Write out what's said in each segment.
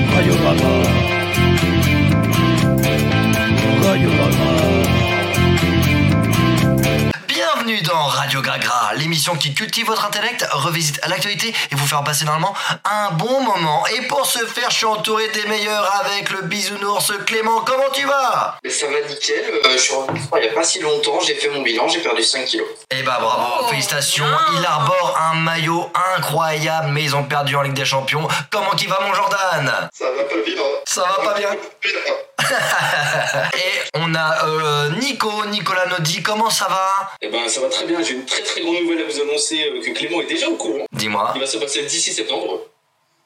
Radiorama. Radiorama. Bienvenue dans Radio Gragra, l'émission qui cultive votre intellect, revisite l'actualité et vous faire passer normalement un bon moment. Et pour ce faire, je suis entouré des meilleurs avec le bisounours Clément. Comment tu vas Mais ça va nickel, euh, je suis rentré il n'y a pas si longtemps, j'ai fait mon bilan, j'ai perdu 5 kilos. Eh bah bravo, Oh, félicitations. bien. Il arbore un maillot incroyable, mais ils ont perdu en Ligue des Champions. Comment qui va mon Jordan Ça va pas bien. hein. Ça va pas bien. Putain. Et on a euh, Nico, Nicolas Nodi. Comment ça va Eh ben ça va très bien, j'ai une très très grande nouvelle à vous annoncer euh, que Clément est déjà au courant. Dis-moi. Il va se passer le 16 septembre.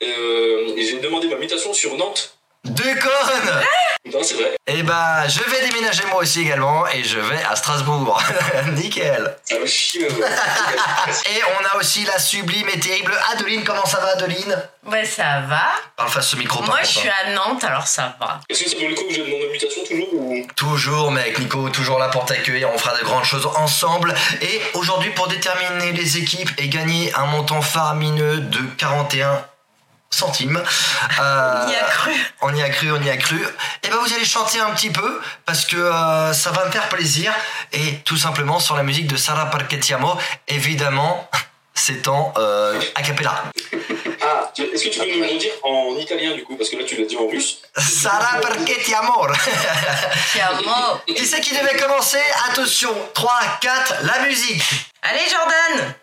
Euh, et j'ai demandé ma mutation sur Nantes. Deux connes Putain, c'est vrai. Eh bah, je vais déménager moi aussi également et je vais à Strasbourg. Nickel. Ça va chier. euh. Et on a aussi la sublime et terrible Adeline. Comment ça va, Adeline Ouais, ça va. Parle face au micro. par Moi, contre, je suis hein. à Nantes, alors ça va. Est-ce que c'est pour le coup que je demande ma mutation toujours ou... Toujours, mec, Nico, toujours là pour t'accueillir. On fera de grandes choses ensemble. Et aujourd'hui, pour déterminer les équipes et gagner un montant faramineux de 41 centimes, euh, Il y a cru. on y a cru, on y a cru. Et ben, vous allez chanter un petit peu parce que euh, ça va me faire plaisir. Et tout simplement sur la musique de Sara Parquetiamo, évidemment, c'est en euh, a cappella. Ah, tu- est-ce que tu peux nous le dire en italien du coup Parce que là tu l'as dit en russe. Sara Parquetiamo. Chiamo. Qui c'est qui devait commencer Attention, 3, 4, la musique Allez, Jordan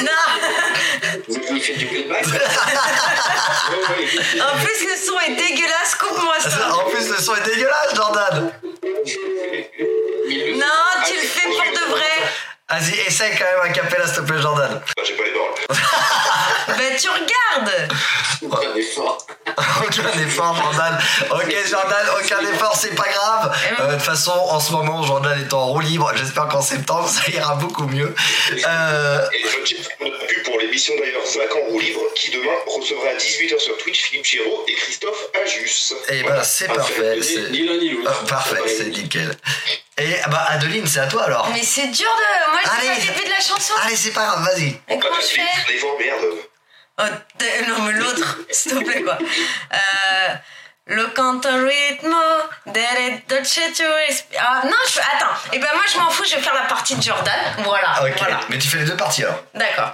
Non Vous avez fait du playback Ouais, ouais, écoute, En plus, le son est dégueulasse, coupe-moi Ah, ça En plus, le son est dégueulasse, Jordan mille- Non, tu le fais pour de vrai Vas-y, essaye quand même un capella, s'il te plaît, Jordan. Ah, J'ai pas les paroles. Bah, tu regardes Aucun effort. Aucun effort, Jordan. Ok, Jordan, aucun effort, c'est pas grave. Euh, De toute façon, en ce moment, Jordan est en roue libre. J'espère qu'en septembre, ça ira beaucoup mieux. Euh, Et je tiens notre pub pour l'émission d'ailleurs Zach en roue libre qui demain recevra à 18h sur Twitch Philippe Giraud et Christophe Ajus. et ben, c'est parfait. c'est- Ni l'un ni l'autre. Ah, parfait, c'est nickel. Et bah, Adeline, c'est à toi alors. Mais c'est dur de... Moi, j'ai Allez. pas fait le début de la chanson Allez, c'est pas grave, vas-y. Et comment je fais Les vents, merde. Oh, t'es- non, mais l'autre, s'il te plaît, quoi. Euh, Lo canto ritmo delle dolce tu respi- Ah, non, je... Attends. Et ben moi, je m'en fous, je vais faire la partie de Jordan. Voilà, Ah, Ok, voilà. mais tu fais les deux parties alors. D'accord.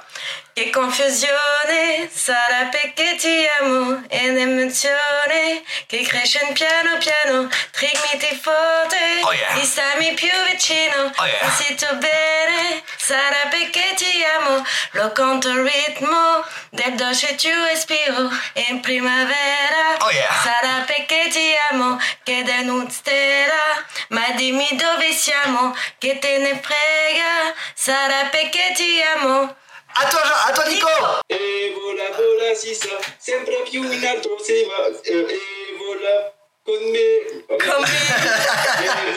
Che confusione sarebbe che ti amo ed emozione che cresce piano piano, trimiti forte, Oh yeah. e stammi più vicino, Oh yeah. e se tu bene sarebbe che ti amo, lo conto il ritmo del dolce tuo respiro in primavera, Oh yeah. sarebbe che ti amo, che denunzterà, ma dimmi dove siamo, che te ne frega, sarebbe che ti amo. À toi, Jean- à toi, Nico. Et voilà, voilà, si ça, sempre più in alto si va. euh, Et voilà, con me. Comme E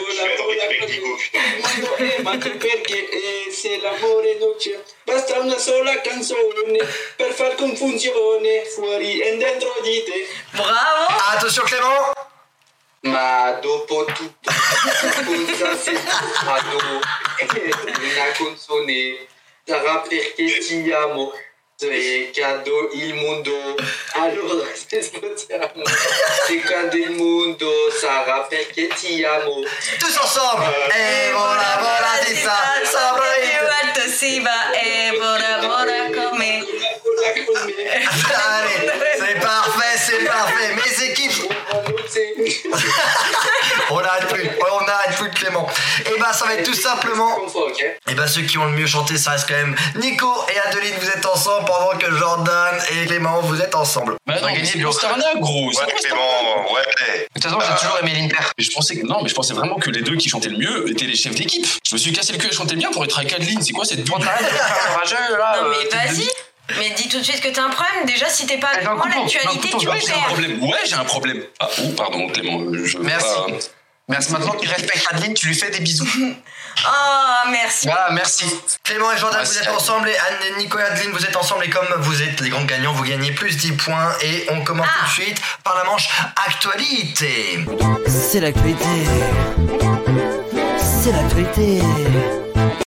voilà, voilà, con me. Ma che perché eh, se l'amore non c'è, basta una sola canzone per far confusione fuori e dentro di te. Bravo Attention, Clément. Ma dopo tutto, cosa sei stato? Una canzone sarà perché ti amo. E cado il mondo, allora se spostiamo. Se cade il mondo, sarà perché ti amo. Tous ensemble Euh, Et voilà, voilà, c'est ça Ça va être... Alto si va, e bora bora come. Quella con me, Allez, c'est parfait, c'est parfait Mes équipes, non sei- on n'arrête plus, on n'arrête plus Clément Et bah ça va être tout simplement... Comme ça, ok Et bah ceux qui ont le mieux chanté, ça reste quand même Nico et Adeline, vous êtes ensemble, pendant que Jordan et Clément, vous êtes ensemble. Bah Vous non, avez mais gagné, c'est Bio. une starna, gros. c'est Ouais, une starna. Clément, ouais. De toute façon, j'ai toujours aimé l'Inter. Euh, Mais je pensais que, non, mais je pensais vraiment que les deux qui chantaient le mieux étaient les chefs d'équipe. Je me suis cassé le cul à chanter bien pour être avec Adeline. C'est quoi cette double rageux là Non euh, mais tête de vas-y bite Mais dis tout de suite que t'as un problème, déjà si t'es pas avec Eh, J'ai un moi, coupon, l'actualité, j'ai un tu coupon. Ouais, Ah, j'ai un perds problème. Ouais, j'ai un problème. Ah, ou pardon, Clément. euh, Je, Merci. ah, Merci. Maintenant que tu respectes Adeline, tu lui fais des bisous. Oh, merci Voilà, merci. Clément et Jordan, Ah, Ouais, vous c'est êtes vrai. ensemble et Anne, Nico et Adeline, vous êtes ensemble et comme vous êtes les grands gagnants, vous gagnez plus 10 points et on commence Ah. tout de suite par la manche actualité. C'est l'actualité. C'est l'actualité.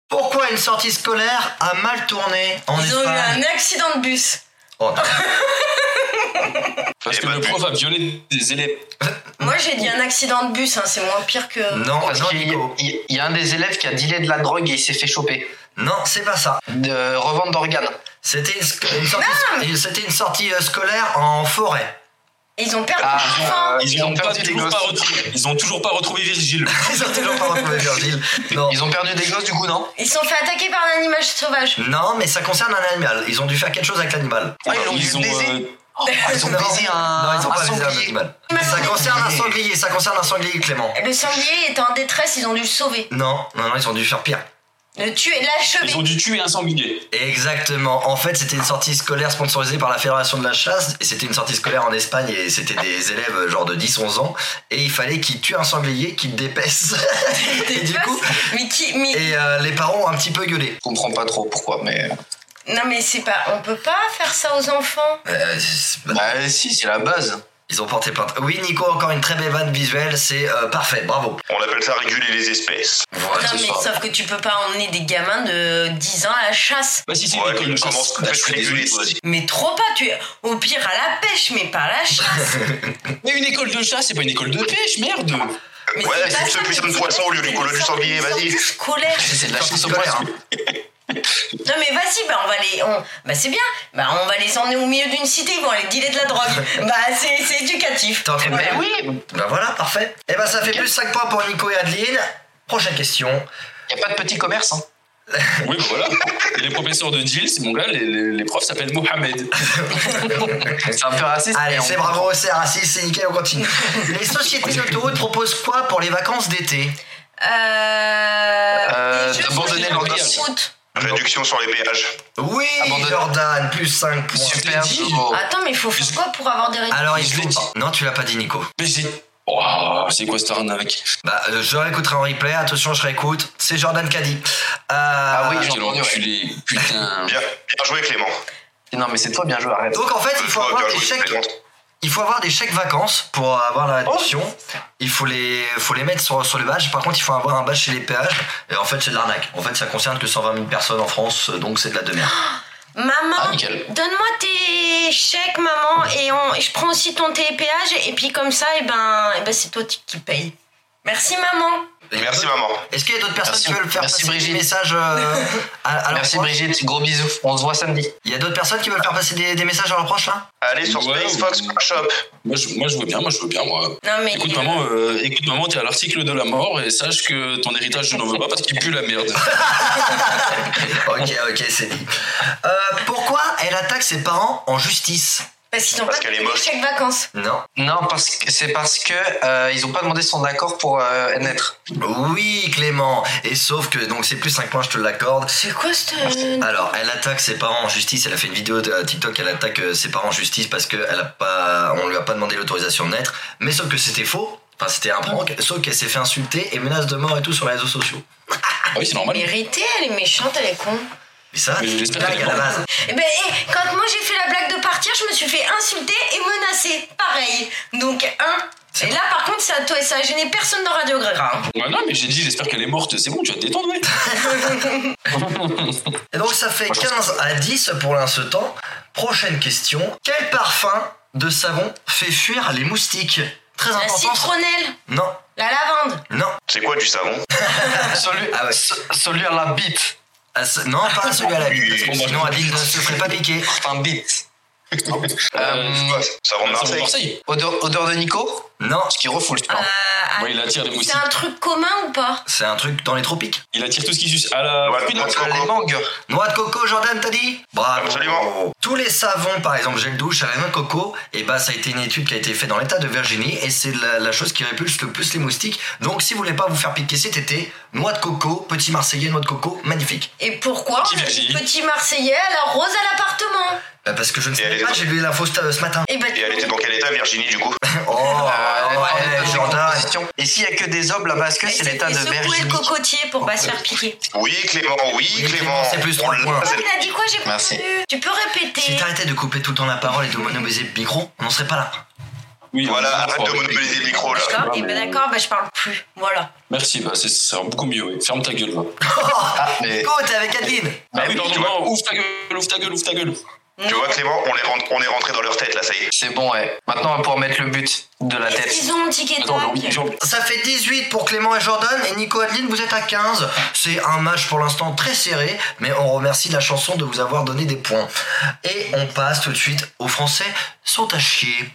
Pourquoi une sortie scolaire a mal tourné en Ils ont eu Espagne un accident de bus Oh, non. Parce Eh que ben, le prof a violé des élèves. Moi, j'ai dit un accident de bus, hein, c'est moins pire que. non, Parce non, qu'il y a- Nico. il y, a un des élèves qui a dealé de la drogue et il s'est fait choper. Non, c'est pas ça. De revente d'organes. C'était une, sc- une sortie, c'était une sortie euh, scolaire en forêt. Ils ont perdu Ah, enfin. euh, Ils, Ils ont ont pas, perdu des toujours gosses. pas retrouvé, ils ont toujours pas retrouvé Virgile. Ils ont toujours pas retrouvé Virgile. Non. Ils ont perdu des gosses du coup, non Ils se sont fait attaquer par un animal sauvage. non, mais ça concerne un animal. Ils ont dû faire quelque chose avec l'animal. Ah, ils l'ont dû baiser. euh, Oh, Ils ont Non. baisé Non, un, ils ont un pas visé un sanglier. animal. Ça concerne un sanglier, ça concerne un sanglier, Clément. Le sanglier était en détresse, ils ont dû le sauver. Non, non, non, ils ont dû faire pire. Le tuer, ils l'achever. ont dû tuer un sanglier. Exactement. En fait, c'était une sortie scolaire sponsorisée par la Fédération de la chasse. Et c'était une sortie scolaire en Espagne. Et c'était des élèves euh, genre de 10-11 ans. Et il fallait qu'ils tuent un sanglier qui dépaisse. et du coup, Mais qui. Mais... et euh, les parents ont un petit peu gueulé. Je comprends pas trop pourquoi, mais. Non, mais c'est pas. On peut pas faire ça aux enfants. Euh, c'est- Bah, si, c'est la base. ils ont porté plainte. Oui, Nico, encore une très belle vanne visuelle. C'est euh, parfait. Bravo. On appelle ça réguler les espèces. Voilà, non, c'est mais ça. sauf que tu peux pas emmener des gamins de 10 ans à la chasse. Bah si, si, Ouais, mais quand mais une comment chasse- se bah, je suis réguler, désolé. toi, vas-y. Mais trop pas, tu es au pire à la pêche, mais pas à la chasse. Mais une école de chasse, Ah, c'est pas une école de pêche, merde Mais Ouais, pas c'est ça, ce putain mais de c'est- poisson au lieu du c'est colon du une sorte- sanglier, une vas-y. sorte de Scolaire. C'est de la chasse au Scolaire, poisson. hein. Non mais vas-y, bah on va les, on, bah c'est bien, bah on va les emmener au milieu d'une cité, ils vont aller dealer de la drogue. bah c'est, c'est éducatif. T'es en train de- Mais Eh oui, Ben voilà, parfait. Et ben ça fait plus 5 points pour Nico et Adeline. Prochaine question. y a pas de petit commerce. Hein. Oui, bah voilà. Et les professeurs de Gilles, c'est mon gars, les, les- les profs s'appellent Mohamed. C'est un peu raciste. Allez, mais c'est on- bravo, c'est raciste, c'est nickel, on continue. Les sociétés d'autoroute proposent quoi pour les vacances d'été Euh, euh d'abandonner leur gosse. route. Réduction sur les péages. Oui, Abandonne. Jordan, plus 5 points. Super Je te dis. beau. Attends mais il faut faire quoi pour avoir des résultats Alors, il Je l'ai faut... dit. Non, tu l'as pas dit, Nico. Mais j'ai... Waouh, c'est quoi cette arnaque Bah, euh, je réécouterai en replay, attention, je réécoute. C'est Jordan qui a dit. Euh, Ah oui, Ah, j'ai quel entendu, ouais. enculé, putain Bien, bien joué Clément. Non, mais c'est toi, bien joué, arrête. Donc, en fait, il faut Euh, Bien avoir joué, des chèques. Clément. Il faut avoir des chèques vacances pour avoir la réduction. Il faut les, faut les mettre sur, sur le badge. Par contre, il faut avoir un badge chez les péages. Et en fait, c'est de l'arnaque. En fait, ça concerne que 120 000 personnes en France, donc c'est de la demeure. Maman, Ah, nickel. donne-moi tes chèques maman et on, et je prends aussi ton tépage et puis comme ça et ben, et ben c'est toi qui qui paye. Merci maman. Merci maman. Est-ce qu'il y a d'autres personnes Merci- qui veulent faire merci, passer des Brigitte. messages euh, à, à leurs Merci proches Brigitte, gros bisous. On se voit samedi. Il y a d'autres personnes qui veulent faire passer des, des messages à leurs proches là Allez sur Ouais, spacefox.shop. moi je, moi je veux bien, moi je veux bien, moi. Non mais Écoute maman, euh, écoute maman, t'es à l'article de la mort et sache que ton héritage je n'en veux pas parce qu'il pue la merde. Ok, ok, c'est dit. Euh, pourquoi elle attaque ses parents en justice parce qu'ils n'ont parce pas qu'elle est donné moche. les chèques vacances. Non. Non, parce que c'est parce que euh, ils ont pas demandé son accord pour euh, naître. Oui, Clément. Et sauf que, donc c'est plus 5 points, je te l'accorde. C'est quoi cette euh, Alors, elle attaque ses parents en justice. Elle a fait une vidéo de TikTok. Elle attaque euh, ses parents en justice parce que elle a pas, on lui a pas demandé l'autorisation de naître. Mais sauf que c'était faux. Enfin, c'était un prank. Sauf qu'elle s'est fait insulter et menace de mort et tout sur les réseaux sociaux. Ah oui, c'est normal. Méritée, elle est méchante, elle est con. Mais ça, Mais c'est une j'espère blague qu'elle est à la morte. base. Eh ben, eh, quand moi j'ai fait la blague de partir, je me suis fait insulter et menacer. Pareil. Donc, un. Et là, par contre, ça, toi, ça a gêné personne dans Radio Grégra. hein. Ouais, non, mais j'ai dit, j'espère qu'elle est morte, c'est bon, tu vas te détendre, ouais. Et donc ça fait 15 à 10 pour l'instant. Prochaine question. Quel parfum de savon fait fuir les moustiques Très La important. citronnelle, Non, la lavande. non. C'est quoi du savon Celui, Ah ouais. ce- celui à la bite. Ah, ce- non, pas celui à la bite. Parce que Bon, bah, sinon, je- Adil ne se ferait pas piquer. Enfin, bite. Euh, Euh, Ouais, Savon de c'est pour Marseille. Marseille. odeur, odeur de Nico Non, Ce qui refoule, je Euh, Ah. crois. Ouais, il attire les c'est moustiques. un truc commun ou pas c'est un truc dans les tropiques. Il attire tout ce qui suce. À la. Ouais, fruit de ouais. mer. Ah, les mangues. Noix de coco, Jordan, t'as dit Bravo. Absolument. Tous les savons, par exemple gel douche à la noix de coco, et bah ça a été une étude qui a été faite dans l'état de Virginie et c'est la, la chose qui répulse le plus les moustiques. Donc si vous voulez pas vous faire piquer cet été, noix de coco, petit marseillais, noix de coco, magnifique. Et pourquoi Petit on a dit Virgile. Petit Marseillais à la rose à l'appartement. Bah, parce que je ne Et elle sais est pas, dans- j'ai lu l'info euh, ce ce matin. Et ben, Et elle était dans quel état Virginie du coup Oh, Euh, ouais, elle est dans Jordan. une composition. Et s'il y a que des hommes là-bas, est-ce que c'est l'état de secouer le Virginie cocotier pour pas se faire piquer. Oui Clément, oui, Oui, Clément, Clément. c'est plus On trois l'a, points. Ah, c'est- il a dit quoi J'ai pas Merci. entendu. Tu peux Si répéter. t'arrêtais de couper tout le temps la parole et de monomiser le micro, on n'en serait pas là. Oui, Voilà, on- arrête de monopoliser le micro là. D'accord Ouais, Et ben mais- d'accord, bah, je parle plus. Voilà. Merci, bah, c'est ça sera beaucoup mieux, ouais. Ferme ta gueule, va. Oh, Ah, mais Nico, t'es avec Adeline Ah oui, pardon, non, ouvre ta gueule, ouvre ta gueule, ouvre ta gueule. Tu vois, Clément, on est, ren- on est rentré dans leur tête là, ça y est. C'est bon, ouais. Maintenant, on va pouvoir mettre le but de la tête. Ils ont un ticket Attends, tac. on oublie- j'ai oublié. Ça fait 18 pour Clément et Jordan et Nico Adeline, vous êtes à 15. C'est un match pour l'instant très serré, mais on remercie la chanson de vous avoir donné des points. Et on passe tout de suite aux Français sont à chier.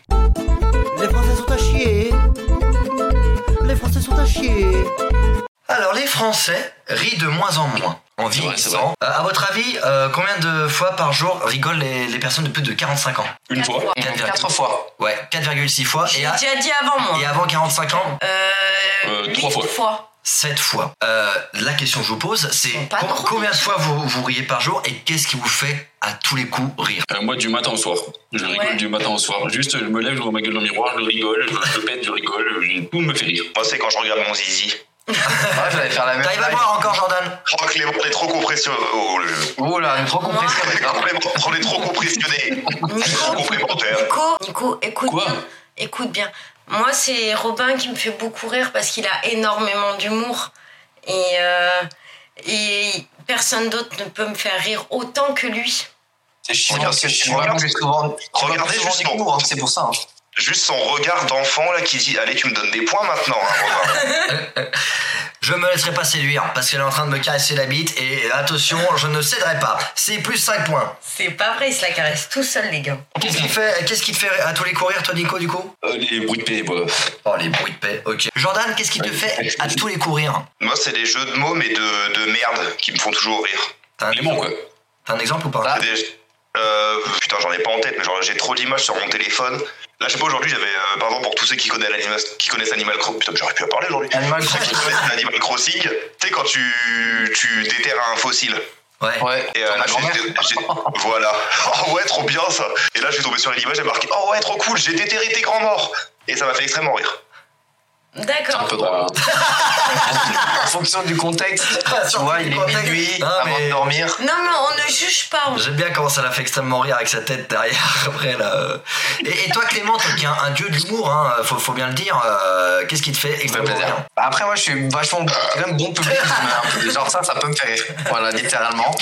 Les Français sont à chier. Les Français sont à chier. Alors les Français rient de moins en moins en C'est vrai, c'est vieillissant. Euh, à votre avis, euh, combien de fois par jour rigolent les, les personnes de plus de 45 ans Une Quatre fois. fois. Quatre virgule- Quatre fois. Ouais, 4,6 fois J'ai et, à- déjà dit avant moi. et avant 45 ans, Euh, Euh, huit trois fois. fois. 7 fois. Euh, la question que je vous pose, c'est Ils sont pas com- drôles. combien de fois vous, vous riez par jour et qu'est-ce qui vous fait à tous les coups rire Euh, moi, du matin au soir. Je rigole Ouais. du matin au soir. Juste, je me lève, je vois ma gueule dans le miroir, je rigole, je, je pète, je rigole, je- tout me fait rire. Moi, c'est quand je regarde mon zizi. Ouais, j'allais faire la même. T'arrives à boire encore, Jordan Oh, Clément, on est trop compressionné. Oh, le jeu. Oula, une trop compression. Clément, on est trop compressionné. Trop Nico, complémentaire. Nico, Nico, écoute Quoi bien. Écoute bien. Moi, c'est Robin qui me fait beaucoup rire parce qu'il a énormément d'humour. Et, euh, et personne d'autre ne peut me faire rire autant que lui. C'est chiant Regarde, parce que je suis regarde, vraiment plus souvent. regardez plus souvent justement. Nico, hein, c'est pour ça. hein. Juste son regard d'enfant là qui dit Allez, tu me donnes des points maintenant. hein, Robin. Je me laisserai pas séduire parce qu'elle est en train de me caresser la bite et attention, je ne céderai pas. C'est plus 5 points. C'est pas vrai, il se la caresse tout seul, les gars. Qu'est-ce qui, fait, qu'est-ce qui te fait à tous les coups rire, toi, Nico, du coup Euh, les bruits de paix, bah. Oh, les bruits de paix, ok. Jordan, qu'est-ce qui te fait à tous les coups rire Moi, c'est des jeux de mots, mais de, de merde qui me font toujours rire. T'as un, Clément, quoi. t'as un exemple ou pas C'est des- euh, putain, j'en ai pas en tête, mais genre j'ai trop d'images sur mon téléphone. Là, je sais pas, aujourd'hui, j'avais. euh, pardon pour tous ceux qui connaissent, l'anima- qui connaissent Animal Crossing. Putain, j'aurais pu en parler aujourd'hui. Animal Ceux qui connaissent Animal Crossing, tu sais, quand tu, tu déterres un fossile. Ouais. Ouais. Et euh, Ma là, grand-mère. j'ai- j'ai- voilà. Oh ouais, trop bien ça. Et là, je suis tombé sur une image, j'ai marqué Oh ouais, trop cool, j'ai déterré tes grands morts. Et ça m'a fait extrêmement rire. D'accord. Un peu drôle. hein. En fonction du contexte, tu Surtout vois, du il est contexte. minuit Non, avant mais- de dormir. Non, mais on ne juge pas. on- J'aime bien comment ça l'a fait extrêmement rire avec sa tête derrière. Après, là. euh. Et, et toi, Clément, toi qui es un, un dieu de l'humour, hein, faut, faut bien le dire, euh, qu'est-ce qui te fait Ça me extrêmement fait plaisir. rire Bah, Après, moi, je suis vachement quand même bon public. mais un peu- Genre ça, ça peut me faire rire. Voilà, littéralement.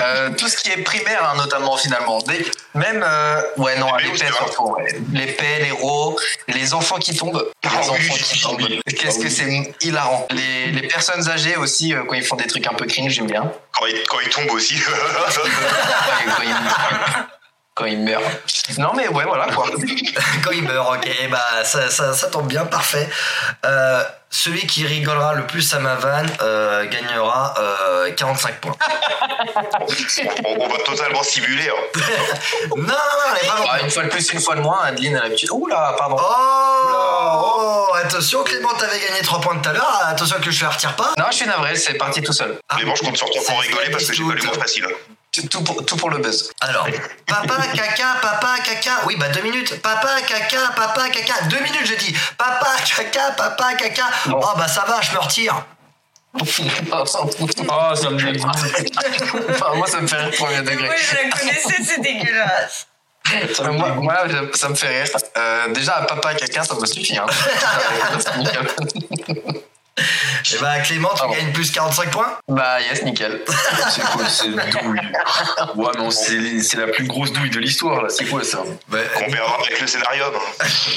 Euh, tout ce qui est primaire, hein, notamment, finalement. Des- Même, euh, ouais, non, Les les pets, pets, ouais. surtout, ouais. Les pets, les rots, les enfants qui tombent. Les Ah enfants oui, qui ah tombent. oui. Qu'est-ce Ah que c'est hilarant. Les, les personnes âgées aussi, euh, quand ils font des trucs un peu cringe, j'aime bien. Quand il, quand il tombe aussi. Quand ils, quand ils- quand ils meurent. Non, mais ouais, voilà, quoi. Quand il meurt, ok, bah ça, ça, ça tombe bien, parfait. Euh, celui qui rigolera le plus à ma vanne euh, gagnera euh, 45 points. Ah, on, on va totalement simuler. hein. Non, non, non, elle est pas Ah, une fois de plus, une fois de moins, Adeline a l'habitude. Oula, pardon. Oh, oh, attention, Clément, t'avais gagné 3 points tout à l'heure. Attention que je la retire pas. Non, je suis navré, c'est parti tout seul. Ah, Clément, je compte sur toi pour c'est- rigoler parce que j'ai pas l'humour facile. Tout- tout pour- tout pour le buzz. Alors, papa, caca, papa, caca. Oui, bah deux minutes. Papa, caca, papa, caca. Deux minutes, j'ai dit. Papa, caca, papa, caca. Bon. Oh, bah ça va, je me retire. Oh, ça me dégoûte. Enfin, moi, ça me fait rire premier degré. Moi, je la connaissais, c'est dégueulasse. Ça, moi, moi, je- ça me fait rire. Euh, déjà, à papa quelqu'un, ça me suffit. Hein. Euh, c'est nickel. Et bah, Clément, tu Ah bon. gagnes plus 45 points. bah, yes, nickel. C'est quoi cette douille Ouais, mais on- c'est c'est la plus grosse douille de l'histoire, là. C'est quoi ça Bah, Qu'on perdra avec le scénarium.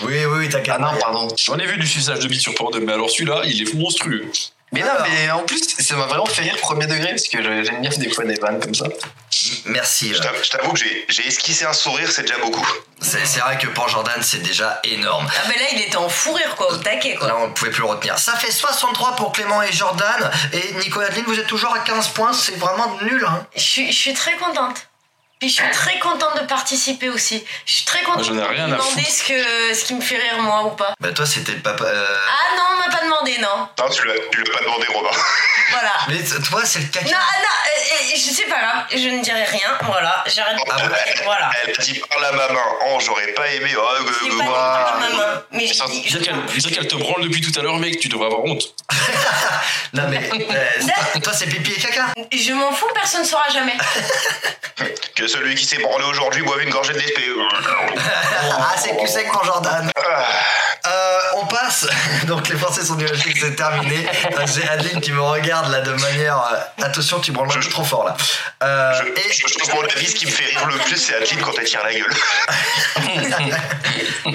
oui, oui, oui, t'as Ah qu'à. non, pardon. J'en ai vu du suçage de bite sur Pornhub, mais alors celui-là, il est monstrueux. Mais non, mais en plus, ça m'a vraiment fait rire premier degré, parce que je- j'aime bien des fois des vannes comme ça. Merci. euh, Je t'avoue- je t'avoue que j'ai- j'ai esquissé un sourire, c'est déjà beaucoup. C'est c'est vrai que pour Jordan, c'est déjà énorme. Ah, mais là, il était en fou rire, quoi, au taquet, quoi. Là, on ne pouvait plus le retenir. Ça fait 63 pour Clément et Jordan. Et Nico et Adeline, vous êtes toujours à 15 points. C'est vraiment nul. Hein. Je suis, je suis très contente. Puis je suis très contente de participer aussi. Je suis très contente Moi, j'en ai rien à de demander ce, que, ce qui me fait rire, moi, ou pas. Bah, toi, c'était le papa. euh, Ah non, on m'a pas demandé, non. Non, tu l'as tu l'as pas demandé, Robin. Voilà. Mais t- toi, c'est le caca. Non, ah, non, euh, euh, je sais pas grave, je ne dirai rien, voilà, j'arrête de Ah ouais. parler, voilà. Elle a dit parle à ma main. Oh, j'aurais pas aimé. Oh, euh, Je l'ai euh, pas dit moi. par ma main, mais je Dire dis, je- qu'elle dire qu'elle te branle depuis tout à l'heure, mec, tu devrais avoir honte. Non, mais. euh, toi- toi, c'est pipi et caca. je m'en fous, personne ne saura jamais. que celui qui s'est branlé Euh, aujourd'hui boive une gorgée de DSP. Ah. Ah, c'est cul sec pour Jordan. Euh, on on passe. Donc les Français sont du hashtag, c'est terminé. Euh, J'ai Adeline qui me regarde là de manière. euh, attention, tu branles un peu trop fort là. Euh, Je, et je, je trouve mon avis, ce qui me fait rire le plus, c'est Adeline quand elle tire la gueule. et Et on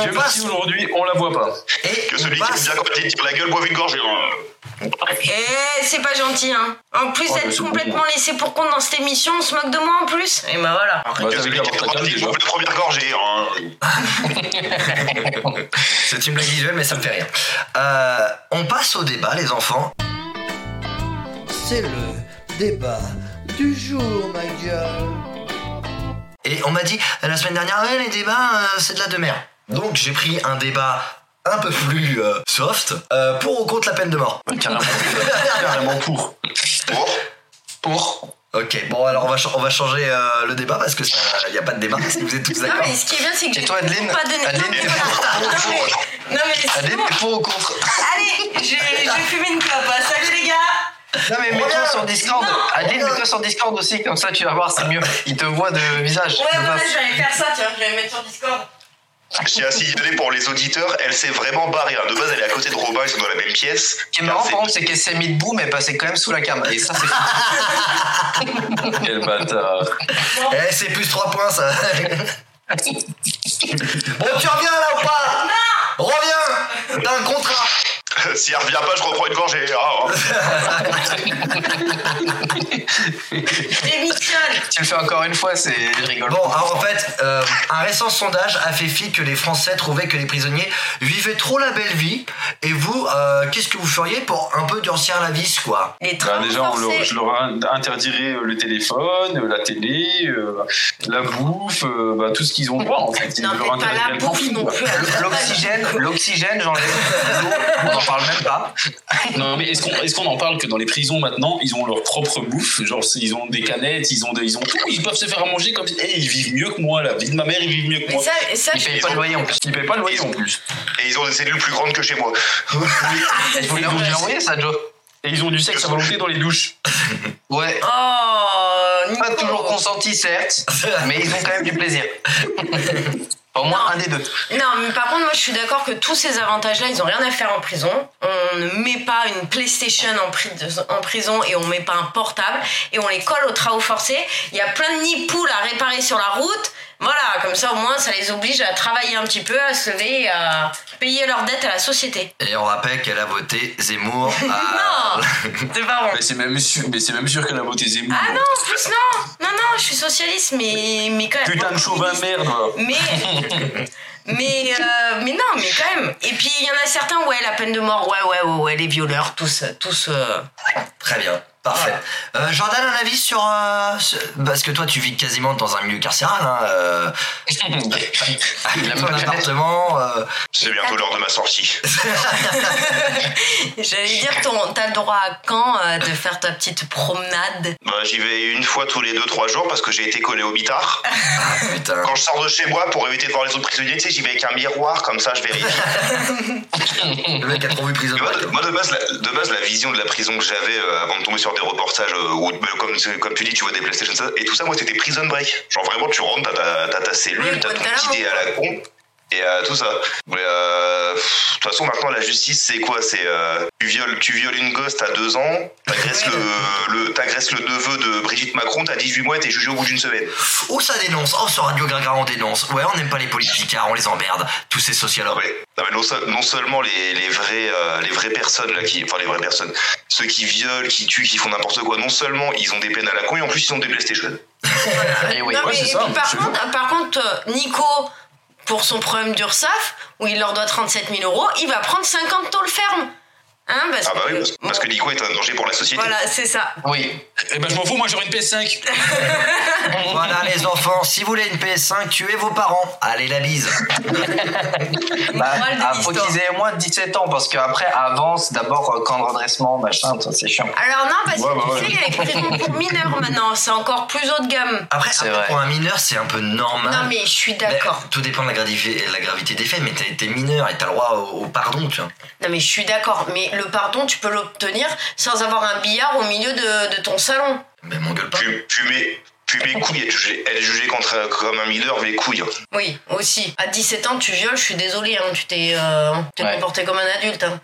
Dieu merci passe. aujourd'hui, on la voit pas. Et Que on celui qui aime passe. bien quand elle tire la gueule boive une gorgée. Eh, c'est pas gentil, hein. En plus, Oh, mais être c'est complètement laissé pour compte dans cette émission, on se moque de moi en plus. Et bah voilà. Bah, Que t'as vu celui qui qu'avoir aime ta bien gueule, il déjà. boive la première gorgée. hein. C'est une blague visuelle, mais ça me fait rire. Euh, on passe au débat, les enfants. C'est le débat du jour, ma gueule. Et on m'a dit euh, la semaine dernière, Ouais, les débats, euh, c'est de la demeure. Donc j'ai pris un débat un peu plus euh, soft euh, pour ou contre la peine de mort. Bah, carrément, carrément pour. Pour Pour. ok, bon alors on va, ch- on va changer euh, le débat parce que il n'y a pas de débat si vous êtes tous Non, d'accord. mais ce qui est bien, c'est que Et j'ai toi, Adeline pas donné. Adeline, non, mais voilà. Non, mais, non, mais c'est Allez, bon. t'es pour ou contre Allez, je vais, je vais fumer une clope. hein. Salut les gars. Non mais mets-toi sur Discord. Adeline, mets-toi sur Discord aussi, comme ça tu vas voir, c'est mieux. Il te voit de visage. Ouais, voilà, je vais aller faire ça, tiens, je vais mettre sur Discord. Je tiens à signaler pour les auditeurs, elle s'est vraiment barrée. hein. De base, elle est à côté de Robin, ils sont dans la même pièce. Ce qui est marrant par contre, c'est qu'elle s'est mise debout, mais elle passait quand même sous la cam. Et ça, c'est fou. Quel bâtard. Eh, c'est plus 3 points ça. bon, tu reviens là ou pas Reviens T'as un contrat Si elle revient pas, je reprends une gorgée. Ah, hein. Démissionne. Si tu le fais encore une fois, c'est rigolo. Bon, alors en fait, euh, un récent sondage a fait fi que les Français trouvaient que les prisonniers vivaient trop la belle vie. Et vous, euh, qu'est-ce que vous feriez pour un peu durcir la vis, quoi Les Bah, trains déjà, on leur- forcés. je leur interdirais euh, le téléphone, euh, la télé, euh, la bouffe, euh, bah, tout ce qu'ils ont droit en fait. Ils Non, leur peut-être pas interdiraient la le bouffe camping, non quoi. plus. L'oxygène, l'oxygène, j'enlève. L'eau, on n'en parle même pas. Non, mais est-ce qu'on est-ce qu'on en parle que dans les prisons maintenant, ils ont leur propre bouffe Genre, c'est- ils ont des canettes, ils ont, des, ils ont tout, ils peuvent se faire à manger comme. Eh, ils vivent mieux que moi, la vie de ma mère, ils vivent mieux que Mais moi. ça, ça Il je- paye pas de loyer en plus. Ils payent pas le loyer en plus. Et ils ont des cellules plus grandes que chez moi. Ah, Et Je vous l'ai je vous l'ai envoyé ça, Joe. Et ils ont du sexe à volonté dans les douches. Ouais. Oh, Pas Nico. toujours consenti, certes, mais ils ont quand même du plaisir. Au moins un des deux. Non, mais par contre, moi, je suis d'accord que tous ces avantages-là, ils ont rien à faire en prison. On ne met pas une PlayStation en, pri- en prison et on met pas un portable et on les colle aux travaux forcés. Il y a plein de nids poules à réparer sur la route. Voilà, comme ça, au moins, ça les oblige à travailler un petit peu, à se lever et à payer leurs dettes à la société. Et on rappelle qu'elle a voté Zemmour. Ah, à- Non, c'est pas bon. Mais c'est même sûr, mais c'est même sûr que la beauté Zemmour. Ah non, en plus, non, non, non, je suis socialiste, mais, mais quand même. Putain de chauvin merde. Mais, mais, euh, mais non, mais quand même. Et puis il y en a certains, ouais, la peine de mort, ouais, ouais, ouais, ouais les violeurs, tous, tous. euh, Très bien, parfait. Euh, Jordan, un avis sur... euh, ce- Parce que toi, tu vis quasiment dans un milieu carcéral, hein, euh, Il a ton pas la tête. appartement... euh, C'est bientôt l'heure de ma sortie. J'allais dire, ton, t'as le droit à quand euh, de faire ta petite promenade Bah, J'y vais une fois tous les 2-3 jours parce que j'ai été collé au mitard. Ah, putain. Quand je sors de chez moi pour éviter de voir les autres prisonniers, tu sais, j'y vais avec un miroir, comme ça je vérifie. Le mec a trop vu prison. Mais Moi, de, moi, de base, la, de base, la vision de la prison que j'avais euh, avant de tomber sur des reportages, euh, où, euh, comme, comme tu dis, tu vois des PlayStation ça, et tout ça, moi c'était prison break. Genre vraiment, tu rentres, t'as ta, t'as ta Oui, cellule, t'as ton Guantanamo. petit dé à la con, et euh, tout ça. Mais euh, pff, de toute façon, maintenant la justice, c'est quoi C'est euh, tu, violes, tu violes une gosse, t'as deux ans, t'agresses le, le, t'agresses le neveu de Brigitte Macron, t'as 18 mois et t'es jugé au bout d'une semaine. Oh, ça dénonce. Oh, sur Radio Gaga, on dénonce. Ouais, on n'aime pas les politicards, on les emmerde. Tous ces Non, sociologues. mais, non, mais non, seul- non seulement les, les vraies, euh, les vraies personnes, là, qui, enfin les vraies personnes, ceux qui violent, qui tuent, qui font n'importe quoi, non seulement ils ont des peines à la con, et en plus ils ont des PlayStation. Eh oui. Non, ouais, mais c'est et ça, puis, par, c'est contre, par contre, euh, Nico, pour son problème d'URSAF, où il leur doit 37 000 euros, il va prendre 50 taux le ferme. Hein, parce Ah bah oui, parce, que- parce que Nico est un danger pour la société. Voilà, c'est ça. Oui. Eh ben je m'en fous, moi j'aurais une PS5. Voilà, les enfants. Si vous voulez une PS5, tuez vos parents. Allez, la bise. Bah, Morale de ah, faut l'histoire. qu'ils aient au moins 17 ans parce qu'après, avant, c'est d'abord euh, camp de redressement, machin, tout ça, c'est chiant. Alors non, parce Ouais, bah que ouais. tu sais, il y a les prisons pour mineurs maintenant, c'est encore plus haut de gamme. Après, C'est après, vrai. pour un mineur, c'est un peu normal. Non, mais je suis Ben, d'accord. Mais Tout dépend de la, gravi- la gravité des faits, mais t'es t'es mineur et t'as le droit au, au pardon, tu vois. Non, mais je suis d'accord. Mais le pardon, tu peux l'obtenir sans avoir un billard au milieu de, de ton salon. Mais Ben, m'engueule pas. Fu- Fumer, Puis mes couilles, être jugé, être jugé contre, euh, comme un mineur, mes couilles. Oui, aussi. À 17 ans, tu violes, je suis désolée, hein, tu t'es euh, t'es Ouais. comporté comme un adulte. hein.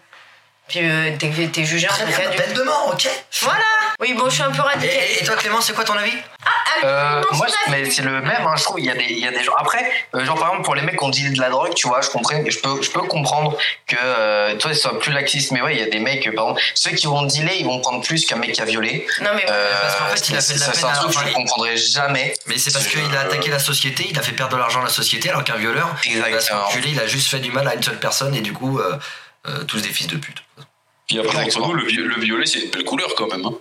Puis euh, t'es t'es jugé en Très tant bien, qu'adulte. peine de mort, ok Voilà Oui, bon, je suis un peu et, et radicale. toi Clément, c'est quoi ton avis Ah, Euh, non, moi, c'est pas- je- mais c'est le même, hein, je trouve. Il y, a des, il y a des gens. Après, euh, genre par exemple, pour les mecs qui ont dit de la drogue, tu vois, je comprends, je peux, je peux comprendre que euh, toi, ils soient plus laxistes. Mais ouais, il y a des mecs, euh, par exemple, ceux qui vont dealer, ils vont prendre plus qu'un mec qui a violé. Non, mais Euh, parce qu'en fait, il a fait de la ça, c'est peine un à truc la que je famille. comprendrai jamais. Mais c'est parce C'est, qu'il a euh, attaqué la société, il a fait perdre de l'argent à la société, alors qu'un violeur, il va se Exactement. enculer, il a juste fait du mal à une seule personne, et du coup, euh, euh, tous des fils de pute. Puis après, entre Exactement. nous, le, vi- le violet, c'est une belle couleur quand même. hein.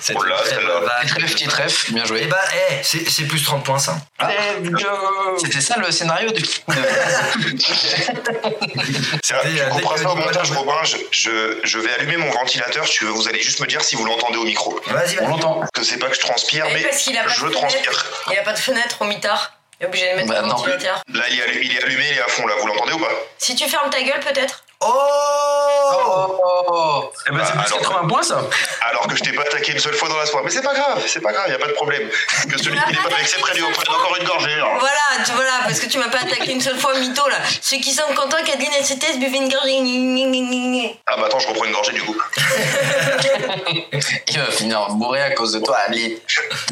C'est Oh là, une très celle-là. bonne vanne. Petit ref, petit ref, bien Eh joué. Ah, bah, eh, c'est c'est plus 30 points ça. C'était ça le scénario du. C'est C'était, vrai, tu euh, comprends dès ça au que le montage, dimanche- Robin. Je, je, je vais allumer mon ventilateur. Tu, vous allez juste me dire si vous l'entendez au micro. Vas-y, On vas-y. l'entend. Que c'est pas que je transpire, Mais mais parce qu'il a pas je de transpire. il n'y a pas de fenêtre au mitard. Il est obligé de mettre Bah, un non. ventilateur. Là, il est, allu- il est allumé, il est à fond. Là, vous l'entendez ou pas Si tu fermes ta gueule, peut-être Oh Oh Eh ben, c'est Bah, plus alors. 80 points ça. Alors que je t'ai pas attaqué une seule fois dans la soirée. Mais c'est pas grave, c'est pas grave, y a pas de problème. Que celui m'as qui n'est pas pas vexé attaqué prenne une seule prenne fois. encore une gorgée. hein. Voilà, tu, voilà, parce que tu m'as pas attaqué une seule fois, mytho là. Ceux qui sont contents qu'Adeline et CTS buvent une gorgée. Ah bah attends, je reprends une gorgée du coup. Il va euh, finir bourré à cause de toi, Ali.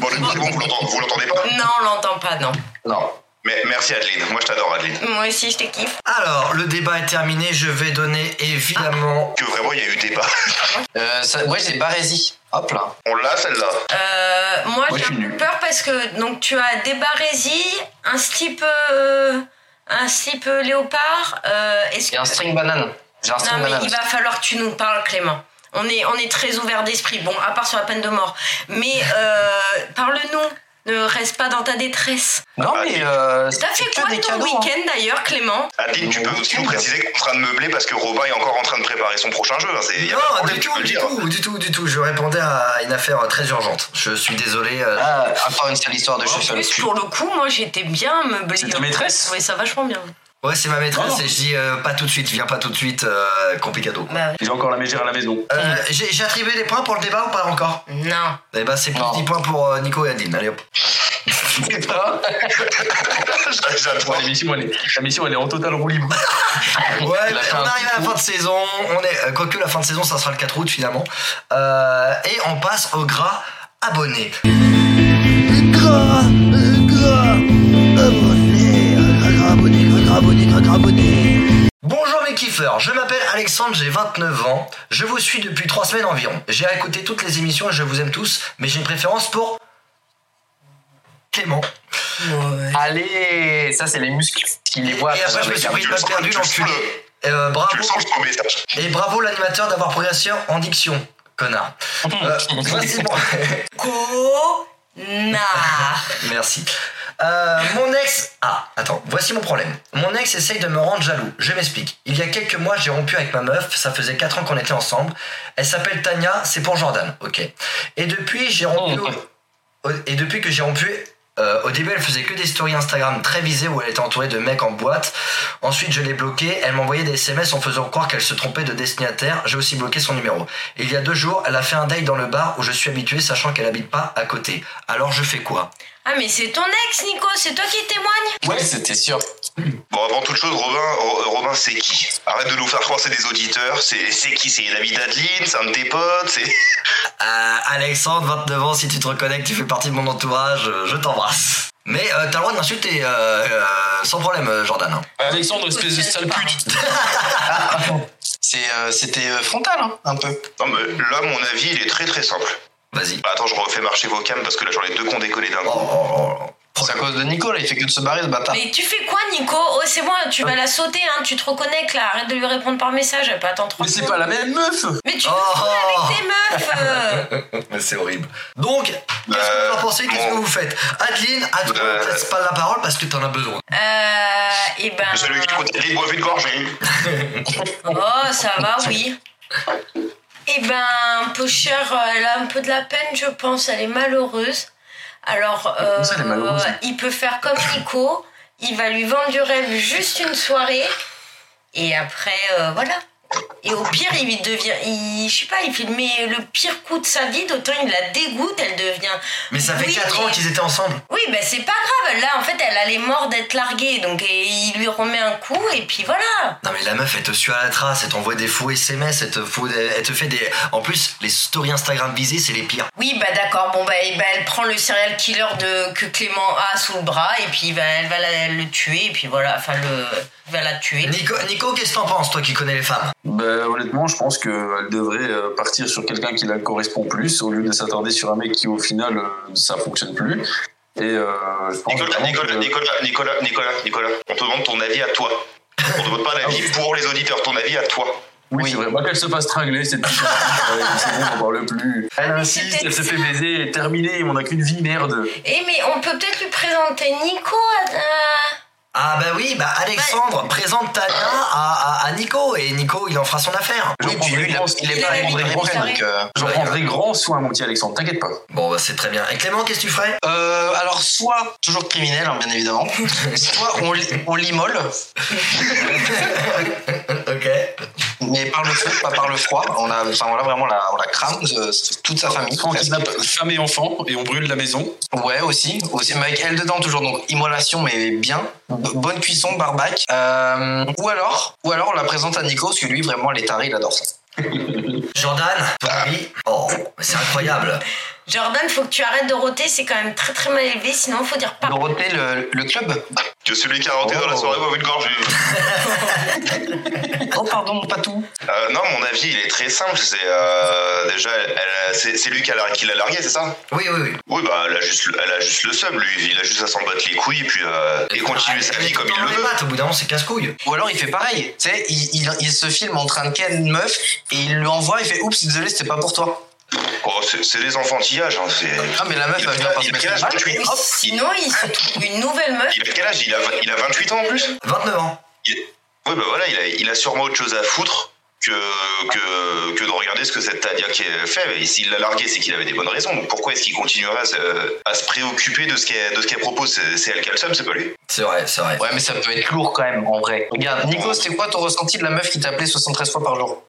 Bon, du coup, c'est bon, vous l'entendez, vous l'entendez pas Non, on l'entend pas, non. Non. Mais merci Adeline, moi je t'adore Adeline. Moi aussi, je te kiffe. Alors, le débat est terminé, je vais donner évidemment. Que vraiment, il y a eu débat. Euh, ça- ouais, j'ai barési. Hop là. On l'a celle-là. Euh, moi, Moi, j'ai je un suis peu nul. peur parce que donc tu as des barésies, un slip, euh, un slip euh, léopard. euh, Est-ce J'ai un string banane. J'ai un Non, string mais banane. il va falloir que tu nous parles, Clément. On est, on est très ouvert d'esprit, bon, à part sur la peine de mort. Mais euh, parle-nous, ne reste pas dans ta détresse. Non, Ah, mais euh, T'as fait c'est que quoi des ton cadeaux, hein. week-end d'ailleurs, Clément Adeline, tu peux aussi nous préciser qu'on est en train de meubler parce que Robin est encore en train de préparer son prochain jeu. hein, c'est- y a pas de Non, problème, du tu tout, peux le du dire. tout, du tout, du tout. Je répondais à une affaire très urgente. Je suis désolé. euh, Ah, encore une seule histoire de En cheveux sur le plus, cul. pour le coup, moi j'étais bien meublée. C'est ta maîtresse Oui, ça vachement bien. Ouais, c'est ma maîtresse Non. et je dis euh, pas tout de suite, viens pas tout de suite, euh, complicado. quoi. Bah, ouais. J'ai encore la mégère à la maison. Euh, J'ai j'ai attribué les points pour le débat ou pas encore non. Eh ben, c'est plus Non. 10 points pour euh, Nico et Adeline. Allez hop. J'adore. Ouais, la mission, elle est, la mission, elle est en total roue libre. Ouais, Il a fait on un arrive à la fin de saison. On est, euh, quoique la fin de saison, ça sera le 4 août finalement. Euh, et on passe au gras abonné. Gras, gras, abonné, gras, gras, abonné, gras, gras, abonné, gras, gras, abonné. Bonjour mes kiffeurs, je m'appelle Alexandre, j'ai 29 ans. Je vous suis depuis 3 semaines environ. J'ai écouté toutes les émissions et je vous aime tous, mais j'ai une préférence pour. Clément. Allez, ça c'est les muscles qui les voient. Et après, je me suis pris une balle perdue, Tu le sens, l'enculé. Euh, bravo. Tu le sens, je prends message. Et bravo l'animateur d'avoir progressé en diction, connard. Euh, voici mon- Connard. Merci. Euh, mon ex. Ah, attends, voici mon problème. Mon ex essaye de me rendre jaloux. Je m'explique. Il y a quelques mois, j'ai rompu avec ma meuf. Ça faisait 4 ans qu'on était ensemble. Elle s'appelle Tania, c'est pour Jordan. Ok. Et depuis, j'ai rompu. au- au- Et depuis que j'ai rompu. euh, au début, elle faisait que des stories Instagram très visées où elle était entourée de mecs en boîte. Ensuite, je l'ai bloquée. Elle m'envoyait des SMS en faisant croire qu'elle se trompait de destinataire. J'ai aussi bloqué son numéro. Et il y a deux jours, elle a fait un date dans le bar où je suis habitué, sachant qu'elle habite pas à côté. Alors, je fais quoi Ah, mais c'est ton ex, Nico, c'est toi qui témoigne. Ouais, c'était sûr. Bon, avant toute chose, Robin, Ro- euh, Robin c'est qui Arrête de nous faire croire que c'est des auditeurs. C'est c'est qui C'est l'ami d'Adeline C'est un de tes potes c'est- Euh, Alexandre, 29 ans, si tu te reconnectes, tu fais partie de mon entourage, euh, je t'embrasse. Mais euh, t'as le droit de m'insulter, euh, euh, sans problème, euh, Jordan. hein. Alexandre, espèce de sale pute. C'est, euh, c'était euh, frontal, hein, un peu. Non, mais là, mon avis, il est très très simple. Vas-y. Bah, attends, je refais marcher vos cams parce que là, j'en ai deux qu'on déconne d'un Oh, coup. oh, oh, oh. C'est à cause de Nico, là, il fait que de se barrer, ce bâtard. Mais tu fais quoi, Nico Oh, c'est moi, tu Euh. vas la sauter, hein, tu te reconnectes là. Arrête de lui répondre par message, elle peut attendre trois Mais c'est secondes. pas la même meuf Oh. Mais tu Oh. fais avec tes meufs euh. Mais c'est horrible. Donc, qu'est-ce que Euh, vous en pensez Qu'est-ce que bon. vous faites Adeline, à toi, Euh. je te laisse pas la parole parce que t'en as besoin. Euh, et ben. Celui qui écoute Adeline boit une gorgée. Oh, ça va, oui. Et ben, Pocher, euh, elle a un peu de la peine, je pense. Elle est malheureuse. Alors, euh, ça, elle est malheureuse il peut faire comme Nico. Il va lui vendre du rêve juste une soirée. Et après, euh, voilà. Et au pire, il devient. Il, je sais pas, il filmait le pire coup de sa vie, d'autant il la dégoûte, elle devient. Mais ça fait Oui, 4 ans mais- qu'ils étaient ensemble. Oui, ben c'est pas grave. Là, en fait, elle allait mort d'être larguée. Donc, et il lui remet un coup, et puis voilà. Non mais la meuf elle te suit à la trace, elle t'envoie des faux SMS, elle te, fout des- elle te fait des... En plus, les stories Instagram visées c'est les pires. Oui, bah d'accord. Bon, bah, et bah, elle prend le serial killer de, que Clément a sous le bras, et puis bah, elle va la- le tuer, et puis voilà. Enfin, le, elle va la tuer. Nico, Nico qu'est-ce que t'en penses toi qui connais les femmes Ben, honnêtement, je pense qu'elle devrait euh, partir sur quelqu'un qui la correspond plus au lieu de s'attarder sur un mec qui, au final, euh, ça fonctionne plus. Et euh, je pense Nicolas, vraiment Nicolas, que- Nicolas, Nicolas, Nicolas, Nicolas, on te demande ton avis à toi. On te demande pas l'avis pour les auditeurs, ton avis à toi. Oui, c'est vrai. Moi, qu'elle se fasse strangler, cette petite fille, c'est bon, on en parle plus. Elle Ah, mais insiste, c'était elle se ça. fait baiser, terminé, on n'a qu'une vie, merde. Eh, mais on peut peut-être lui présenter Nico euh, à. à- Ah bah oui, bah Alexandre présente Tania à, à- à Nico et Nico il en fera son affaire. J'en Oui, puis prendrai lui, il a- grand- il est Il pas a à lui André Rouen, préparé. donc. euh, j'en prendrai grand soin, mon petit Alexandre, t'inquiète pas. Bon bah c'est très bien. Et Clément qu'est-ce que tu ferais Euh, alors, soit toujours criminel, hein, bien évidemment, soit on, li- on l'immole, Ok. mais par le feu, pas par le froid. On a, enfin, on a vraiment la, on la crame, euh, toute sa famille. Quand on presque. kidnappe femme et enfant et on brûle la maison. Ouais, aussi, aussi, mais avec elle dedans toujours. Donc immolation, mais bien, B- bonne cuisson, barbac. Euh, ou alors, ou alors on la présente à Nico, parce que lui vraiment les tarés, il adore ça. Jordan, ton avis Oh, mais c'est incroyable. Jordan, faut que tu arrêtes de roter, c'est quand même très très mal élevé, sinon faut dire pas. Dorothée, le, le club. Que celui qui a rentré dans la soirée boive une gorgée. Oh pardon, pas tout. Euh, non, mon avis, il est très simple. C'est euh, déjà, elle- elle- c'est c'est lui qui, a lar- qui l'a largué, c'est ça Oui, oui, oui. Oui, bah, elle a juste, le- elle a juste le seum, lui. Il a juste à s'en battre les couilles et puis euh, et continuer sa Mais vie comme t'en il le mets veut. pas, Au bout d'un moment c'est casse-couille. Ou alors il fait pareil. Tu sais, il, il, il se filme en train de ken une meuf et il lui envoie, il fait oups, désolé, c'était pas pour toi. Oh, c'est c'est des enfantillages. hein, c'est- Ah mais la meuf, Il elle vient a- pas il se a mettre quel âge, mal. 28 Oui, Hop. sinon il se trouve une nouvelle meuf. Il a quel âge il a, vingt- il a 28 ans en plus 29 ans. Oui, bah voilà, il a, il a sûrement autre chose à foutre que, que, que de regarder ce que cette Tadia qui est fait. Et s'il l'a largué, c'est qu'il avait des bonnes raisons. Donc pourquoi est-ce qu'il continuerait à se, à se préoccuper de ce qu'elle de ce qu'elle propose C'est- C'est elle qui a le seum, c'est pas lui. C'est vrai, c'est vrai. Ouais, mais ça peut être lourd quand même, en vrai. Regarde, Nico, c'était quoi ton ressenti de la meuf qui t'appelait 73 fois par jour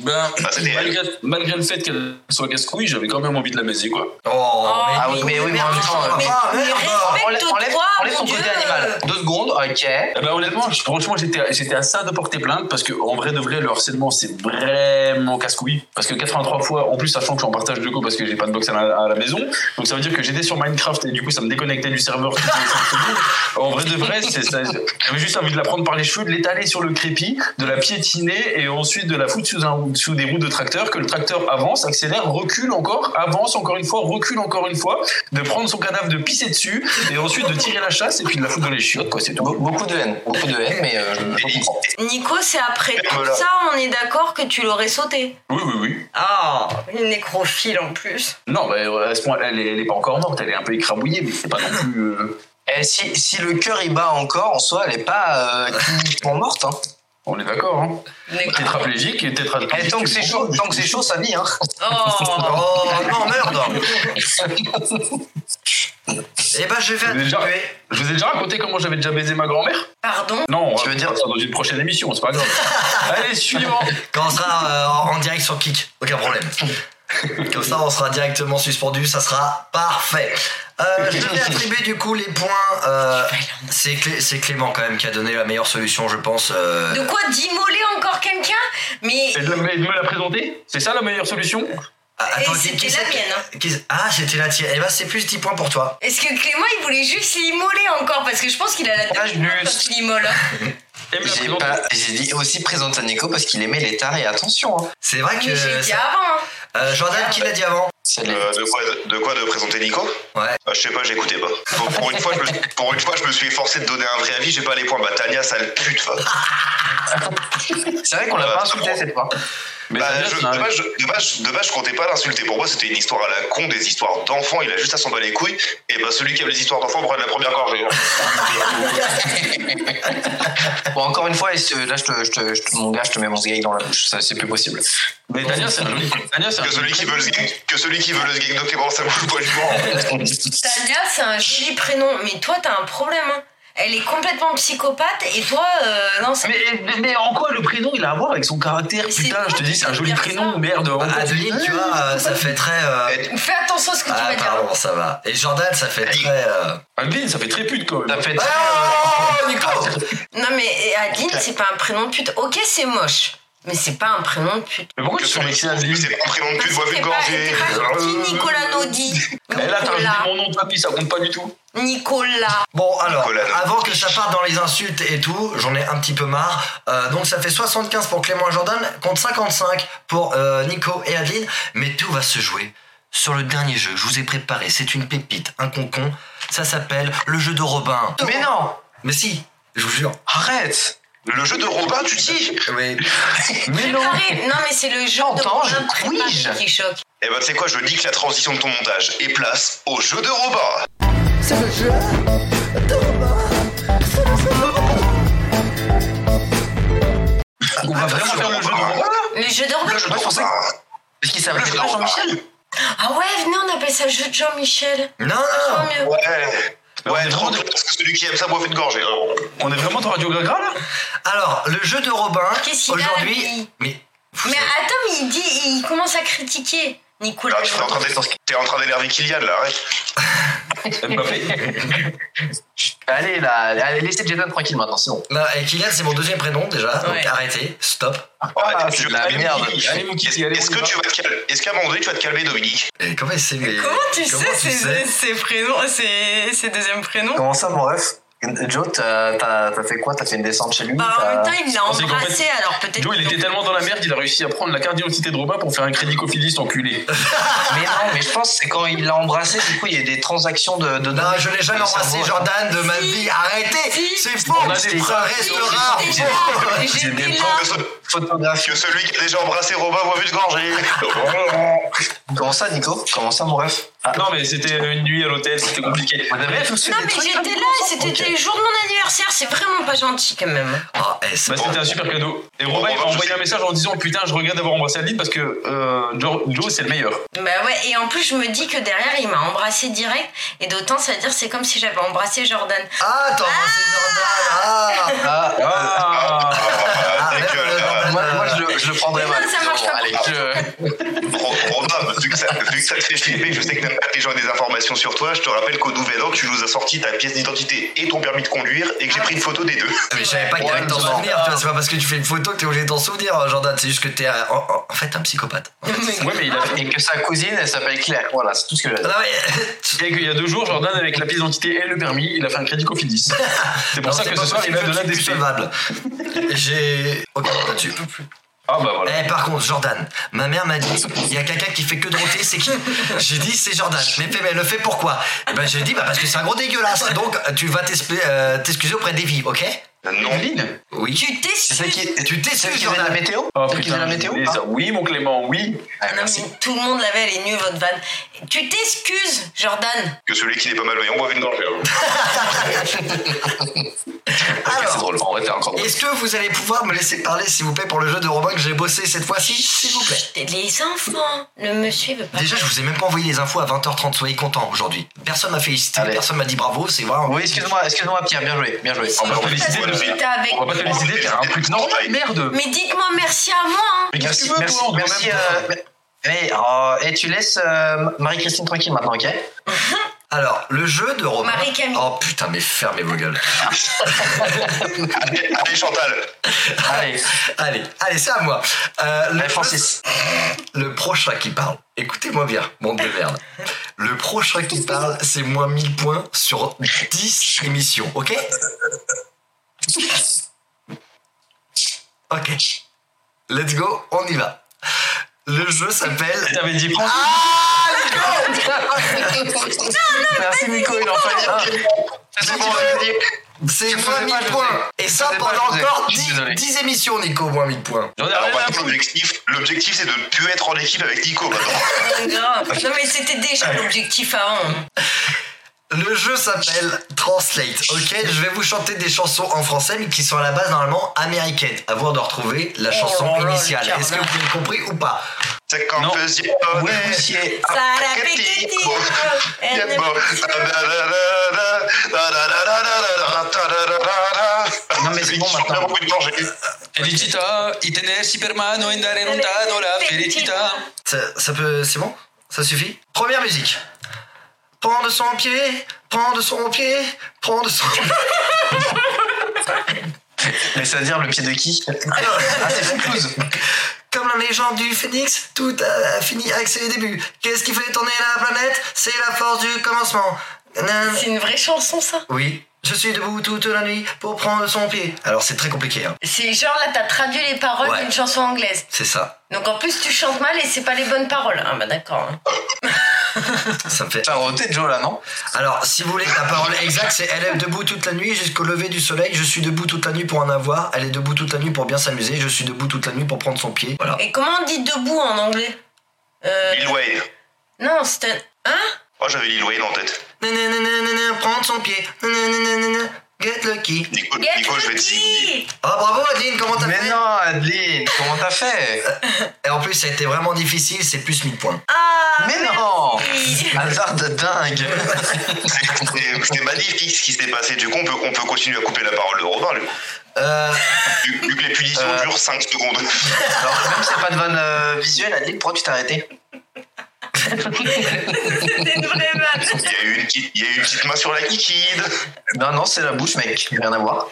Ben, Ah, c'était elle. malgré, malgré le fait qu'elle soit casse-couille, j'avais quand même envie de la baiser, quoi. Oh, mais- Ah oui, mais oui, mais en même temps. mais- mais- respecte Enlève, enlève, toi, enlève mon ton côté Dieu. animal. Deux secondes, ok. Eh ben, honnêtement, je- franchement, j'étais j'étais à ça de porter plainte parce que, en vrai de vrai, le harcèlement, c'est vraiment casse-couille. Parce que 83 fois, en plus, sachant que je suis en partage de co parce que j'ai pas de box à la, à la maison. Donc, ça veut dire que j'étais sur Minecraft et du coup, ça me déconnectait du serveur. toutes les cinq secondes. en vrai de vrai, c'est ça- j'avais juste envie de la prendre par les cheveux, de l'étaler sur le crépi, de la piétiner et ensuite de la foutre sous, un- sous des roues de tracteur. Que le tracteur avance, accélère, recule encore, avance encore une fois, recule encore une fois, de prendre son cadavre, de pisser dessus et ensuite de tirer la chasse et puis de la foutre dans les chiottes, quoi. C'est tout. Be- beaucoup de haine, beaucoup de haine, mais euh, je, je comprends. Nico, c'est après tout Voilà. ça, on est d'accord que tu l'aurais sauté. Oui, oui, oui. Ah, une nécrophile en plus. Non, mais euh, à ce point, elle est, elle est pas encore morte, elle est un peu écrabouillée, mais c'est pas non plus. euh, Eh, si, si le cœur il bat encore, en soi, elle est pas euh, cliniquement morte. Hein. On est d'accord, hein Nécro- Tétraplégique et tétraplégique. Eh, tant que c'est chaud, tant que c'est chaud, ça dit. Hein. Oh, Oh non, merde Eh ben, je vais faire Déjà. tuer. Je vous ai déjà raconté comment j'avais déjà baisé ma grand-mère pardon. Non, Tu on va veux dire- faire ça dans une prochaine émission, c'est pas grave. Allez, suivant Quand on sera euh, en- en direct sur Kick, aucun problème. Comme ça, on sera directement suspendu, ça sera parfait. Euh, je vais attribuer du coup les points. euh, c'est Clé- c'est Clément quand même qui a donné la meilleure solution, je pense. euh. De quoi d'immoler encore quelqu'un Mais Et de me, de me la présenter C'est ça la meilleure solution Ah, et qui- qui c'était la c'est- mienne. hein. qui- Ah, c'était la tienne. Eh ben, c'est plus 10 points pour toi. Est-ce que Clément, il voulait juste l'immoler encore Parce que je pense qu'il a la Ah, tête juste. quand il immole. hein. Et me la J'ai présenter. pas- j'ai dit aussi présente à Nico parce qu'il aimait les tarés. Attention, hein. C'est vrai que. Mais j'ai dit ça- avant. hein. Euh, Jordan, qui l'a dit avant C'est les- Euh, de, quoi, de quoi de présenter Nico Ouais. Euh, Je sais pas, j'écoutais pas. Pour, pour une fois, je me, pour une fois, je me suis forcé de donner un vrai avis, j'ai pas les points. Bah, Tania, sale pute, va. C'est vrai qu'on l'a Euh, pas insulté cette fois. Mais Bah, ça vient, je, c'est un- de, base, je, de base, je- de base, je comptais pas l'insulter. Pour moi, c'était une histoire à la con, des histoires d'enfants. Il a juste à s'en battre les couilles. Et bah, celui qui a les histoires d'enfants prend la première gorgée. Bon, encore une fois, et ce- là, je te, je te- je te- mon gars, je te mets mon sgeg dans la bouche. Ça, c'est plus possible. Mais Tania, c'est un joli. Tania, c'est un Que celui joli- qui veut le sgeg- que celui qui veut le sgeg document, ça bouge pas du vent. Tania, c'est un joli prénom, mais toi, t'as un problème. hein. elle est complètement psychopathe et toi, euh, non, c'est. Mais, mais- mais en quoi le prénom il a à voir avec son caractère Mais c'est Putain, toi je te qui dis, c'est un peux joli dire prénom, ça. merde. Bah, encore. Adeline, tu vois, euh, ça fait très. euh, Fais attention à ce que tu Ah, vas dire. pardon, ça va. Et Jordan, ça fait très. euh, Adeline, ça fait très pute quand Ça même. fait Ah, oh, Nico Non, mais Adeline, c'est pas un prénom de pute. Ok, c'est moche, mais c'est pas un prénom de pute. Mais pourquoi tu C'est sens métier mais Adeline c'est pas un prénom de Parce cul, que voix t'es pas, t'es vulgarisée. pas gentil, Nicolas Naudi. Mais Eh, là, t'as Nicolas. dit mon nom de papy, ça compte pas du tout. Nicolas. Bon, alors, Nicolas Nolte. avant que ça parte dans les insultes et tout, j'en ai un petit peu marre. Euh, donc, ça fait 75 pour Clément et Jordan, contre 55 pour euh, Nico et Adeline. Mais tout va se jouer sur le dernier jeu que je vous ai préparé. C'est une pépite, un concon. Ça s'appelle le jeu de Robin. Mais non Mais si, je vous jure. Arrête Le jeu de Robin, tu dis Oui. Mais non Préparé. Non, mais c'est le genre de J'entends, je Robin préparé twige. qui choque. Eh ben, tu sais quoi, je dis que la transition de ton montage et place au jeu de Robin. C'est le jeu de Robin. C'est le jeu de Robin. On va vraiment faire le jeu de Robin Le jeu de Robin. Le jeu de Ouais, je pensais- Robin. Parce qu'il Le s'appelle jeu de pas Robin. Jean-Michel Ah ouais, venez, on appelle ça le jeu de Jean-Michel. Non, non, Tant non. mieux. Ouais. Mais on est Ouais, vraiment trop dans- dur, parce que celui qui aime ça boit fait de gorge. et, euh, On est vraiment dans Radio Gagra là Alors, le jeu de Robin, Qu'est-ce qu'il a, aujourd'hui. lui Mais. Mais attends, mais il dit, il commence à critiquer Nicolas. Là, tu t'es en train d'é- t'es en train d'énerver Kylian, là, arrête. Eh, Mbappé. Bah, Allez là, allez, laissez Jaden tranquille maintenant, c'est bon. Non, bah, et Kylian, c'est mon deuxième prénom déjà, donc Ouais. arrêtez, stop. Arrête, c'est je- de Ah, la Allez, merde. Dominique. Allez, mon Est-ce kiki, allez. est-ce on y que va. tu vas te calmer Est-ce qu'à un moment donné, tu vas te calmer, Dominique Et comment il sait mais... Comment tu sais tu ces, ces prénoms, ces, ces deuxièmes prénoms Comment ça, mon ref Joe, t'as t'as- t'as fait quoi T'as fait une descente chez lui Bah en T'as- même temps, il l'a c'est qu'en embrassé, alors peut-être. Joe, il qu'ils était ont- tellement dans la merde, il a réussi à prendre la carte d'identité de Robin pour faire un crédit cophiliste enculé. Mais non, mais je pense que c'est quand il l'a embrassé, du coup, il y a eu des transactions de. de Non, je n'ai jamais Le embrassé cerveau, Jordan de ma Si. vie. Arrêtez, Si. c'est faux. Ah, On a C'est des- un restaurant. J'étais là, J'étais là. que, ce- Photographie. que celui qui a déjà embrassé Robin voit vu de gorge. Comment ça, Nico Comment ça, mon ref Ah, Ah, Non, mais c'était une nuit à l'hôtel, c'était compliqué. Bah, Vous avez- Bref, Non, mais j'étais là, c'était Ok. le jour de mon anniversaire, c'est vraiment pas gentil quand même. Ah, eh, c'est Bah, bon. c'était un super cadeau. Et Robin, il m'a Robin, je envoyé sais. un message en disant Putain, je regrette d'avoir embrassé Adeline parce que euh, Joe, Joe, c'est le meilleur. Bah ouais, et en plus, je me dis que derrière, il m'a embrassé direct, et d'autant, ça veut dire c'est comme si j'avais embrassé Jordan. Ah, t'as embrassé Jordan. ah, Ah Ah, Ah, ta gueule, merde, là. ah, moi, moi, je, le- je le prendrais Mais mal. non, ça marche pas. Allez, je- Ro- Robin, vu que, ça, vu que ça te fait flipper, je sais que même pas que les gens ont des informations sur toi, je te rappelle qu'au nouvel an, tu nous as sorti ta pièce d'identité et ton permis de conduire et que j'ai pris une photo des deux. Ah, Mais je savais pas qu'il y avait Ouais, t'en Jordan. souvenir. Tu vois, c'est pas parce que tu fais une photo que t'es obligé de t'en souvenir, hein, Jordan. C'est juste que t'es euh, en, en- en fait un psychopathe. Ouais, mais il a Et que sa cousine, elle s'appelle Claire. Voilà, c'est tout ce que j'ai à Non, dire. mais- Et qu'il y a deux jours, Jordan, avec la pièce d'identité et le permis, il a fait un crédit Cofidis. C'est pour Non, ça c'est que pas ce soir, il possible va que tu donner des puisses faits. solvable. J'ai. Ok, là-dessus. Ah bah voilà. Eh, par contre, Jordan, ma mère m'a dit, il y a quelqu'un qui fait que de roter, c'est qui J'ai dit, c'est Jordan. Mais fait, mais elle le fait pourquoi Eh ben, j'ai dit, bah, parce que c'est un gros dégueulasse. Donc, tu vas t'expé- euh, t'excuser auprès d'Evie, ok Non. Adeline Oui. Tu C'est t'excuses. celle qui. Tu t'excuses, Celle qui faisait de Jordan. la météo Oh, Celle qui faisait de la je météo voulais Ah. ça. Oui, mon Clément, oui. Ah, Non, merci. mais tout le monde l'avait, elle est nulle, votre vanne. Tu t'excuses, Jordan. Que celui qui n'est pas mal, mais on voit vu de gorge. Ok, C'est Alors, drôle, on va faire encore. est-ce que vous allez pouvoir me laisser parler, s'il vous plaît, pour le jeu de Robin que j'ai bossé cette fois-ci S'il vous plaît. Les enfants, le monsieur veut pas. Déjà, je vous ai même pas envoyé les infos à 20h30, soyez contents aujourd'hui. Personne m'a félicité, Allez. personne m'a dit bravo, c'est vrai. Oui, excuse-moi, excuse-moi, Pierre, bien joué, bien joué. Si, On va je revenir. féliciter, parce que mais- t'es avec On va pas te moi. féliciter, t'es un truc normal, merde. Mais dites-moi merci à moi, hein. Mais Qu'est-ce Merci, que tu veux, merci, toi, on doit merci. même euh, mais- oh, et tu laisses euh, Marie-Christine tranquille maintenant, ok Alors, le jeu de Robin. Marie-Camille. Oh putain, mais fermez vos gueules. Allez, allez, Chantal. Allez, Allez, allez, c'est à moi. Euh, le allez, Francis. Le prochain qui parle. Écoutez-moi bien, bande de merde. Le prochain qui parle, c'est moins 1000 points sur 10 émissions, ok Ok. Let's go, on y va. Le jeu s'appelle... T'avais dit Franck. Ah, let's Merci, Nico, il en fallait un. C'est bon, je l'ai dit. go C'est faisais moins 1000 pas, je points faisais. Et ça Je faisais pas, pendant je faisais. encore Je suis 10, désolé. 10 émissions, Nico, moins 1000 points. J'en ai Alors, rien à maintenant, foutre. l'objectif, l'objectif, c'est de plus être en équipe avec Nico maintenant. Grave. Non, mais c'était déjà l'objectif avant. Le jeu s'appelle Translate, ok Je vais vous chanter des chansons en français, mais qui sont à la base normalement américaines, avant de retrouver la chanson là là, initiale. le Est-ce que vous avez compris ou pas C'est quand Non. le ciel Poussier. Ah, Ça la Bon. pétitille, elle est ne beau. peut- Da, da, da, da, da, da, da, da, da, da, da, da, da, celui bon qui chante maintenant. beaucoup de danger. Euh. Felicita, itener Superman, en darentado la felicita. Ça, ça peut. C'est bon Ça suffit Première musique. Prends de son pied, prends de son pied, prends de son. Mais c'est-à-dire le pied de qui Ah, c'est Fonclouse. Comme la légende du phénix, tout a fini avec ses débuts. Qu'est-ce qui fait tourner la planète C'est la force du commencement. Nan- C'est une vraie chanson, ça. Oui. Je suis debout toute la nuit pour prendre son pied. Alors c'est très compliqué, hein. C'est genre là, t'as traduit les paroles Ouais. d'une chanson anglaise. c'est ça. Donc en plus, tu chantes mal et c'est pas les bonnes paroles. Ah bah d'accord. hein. Ça me fait. T'as roté Joe là, non Alors si vous voulez la parole exacte, c'est elle est debout toute la nuit jusqu'au lever du soleil. Je suis debout toute la nuit pour en avoir. Elle est debout toute la nuit pour bien s'amuser. Je suis debout toute la nuit pour prendre son pied. Voilà. Et comment on dit debout en anglais euh, Lil Wayne. Non, c'est un. Hein Oh, j'avais Lil Wayne en tête. Nanananana, prendre son pied. Nanananana, Get lucky. Nico, Get Nico, je vais te dire. lucky Ah bravo Adeline, comment t'as Mais fait non, Adeline, comment t'as fait Et en plus ça a été vraiment difficile, c'est plus 1000 points. Ah Mais non merci. Hasard de dingue C'est- c'est- C'est magnifique ce qui s'est passé. Du coup, on peut, on peut continuer à couper la parole de Robin, lui. Euh, Vu, vu que les punitions Euh. durent 5 secondes. Alors, même si c'est pas de bonne euh, visuelle, Adeline, pourquoi tu t'es arrêté C'était une vraie vanne. Il y a eu une petite, il y a eu une petite main sur la liquide. Non, non, c'est la bouche, mec, rien à voir.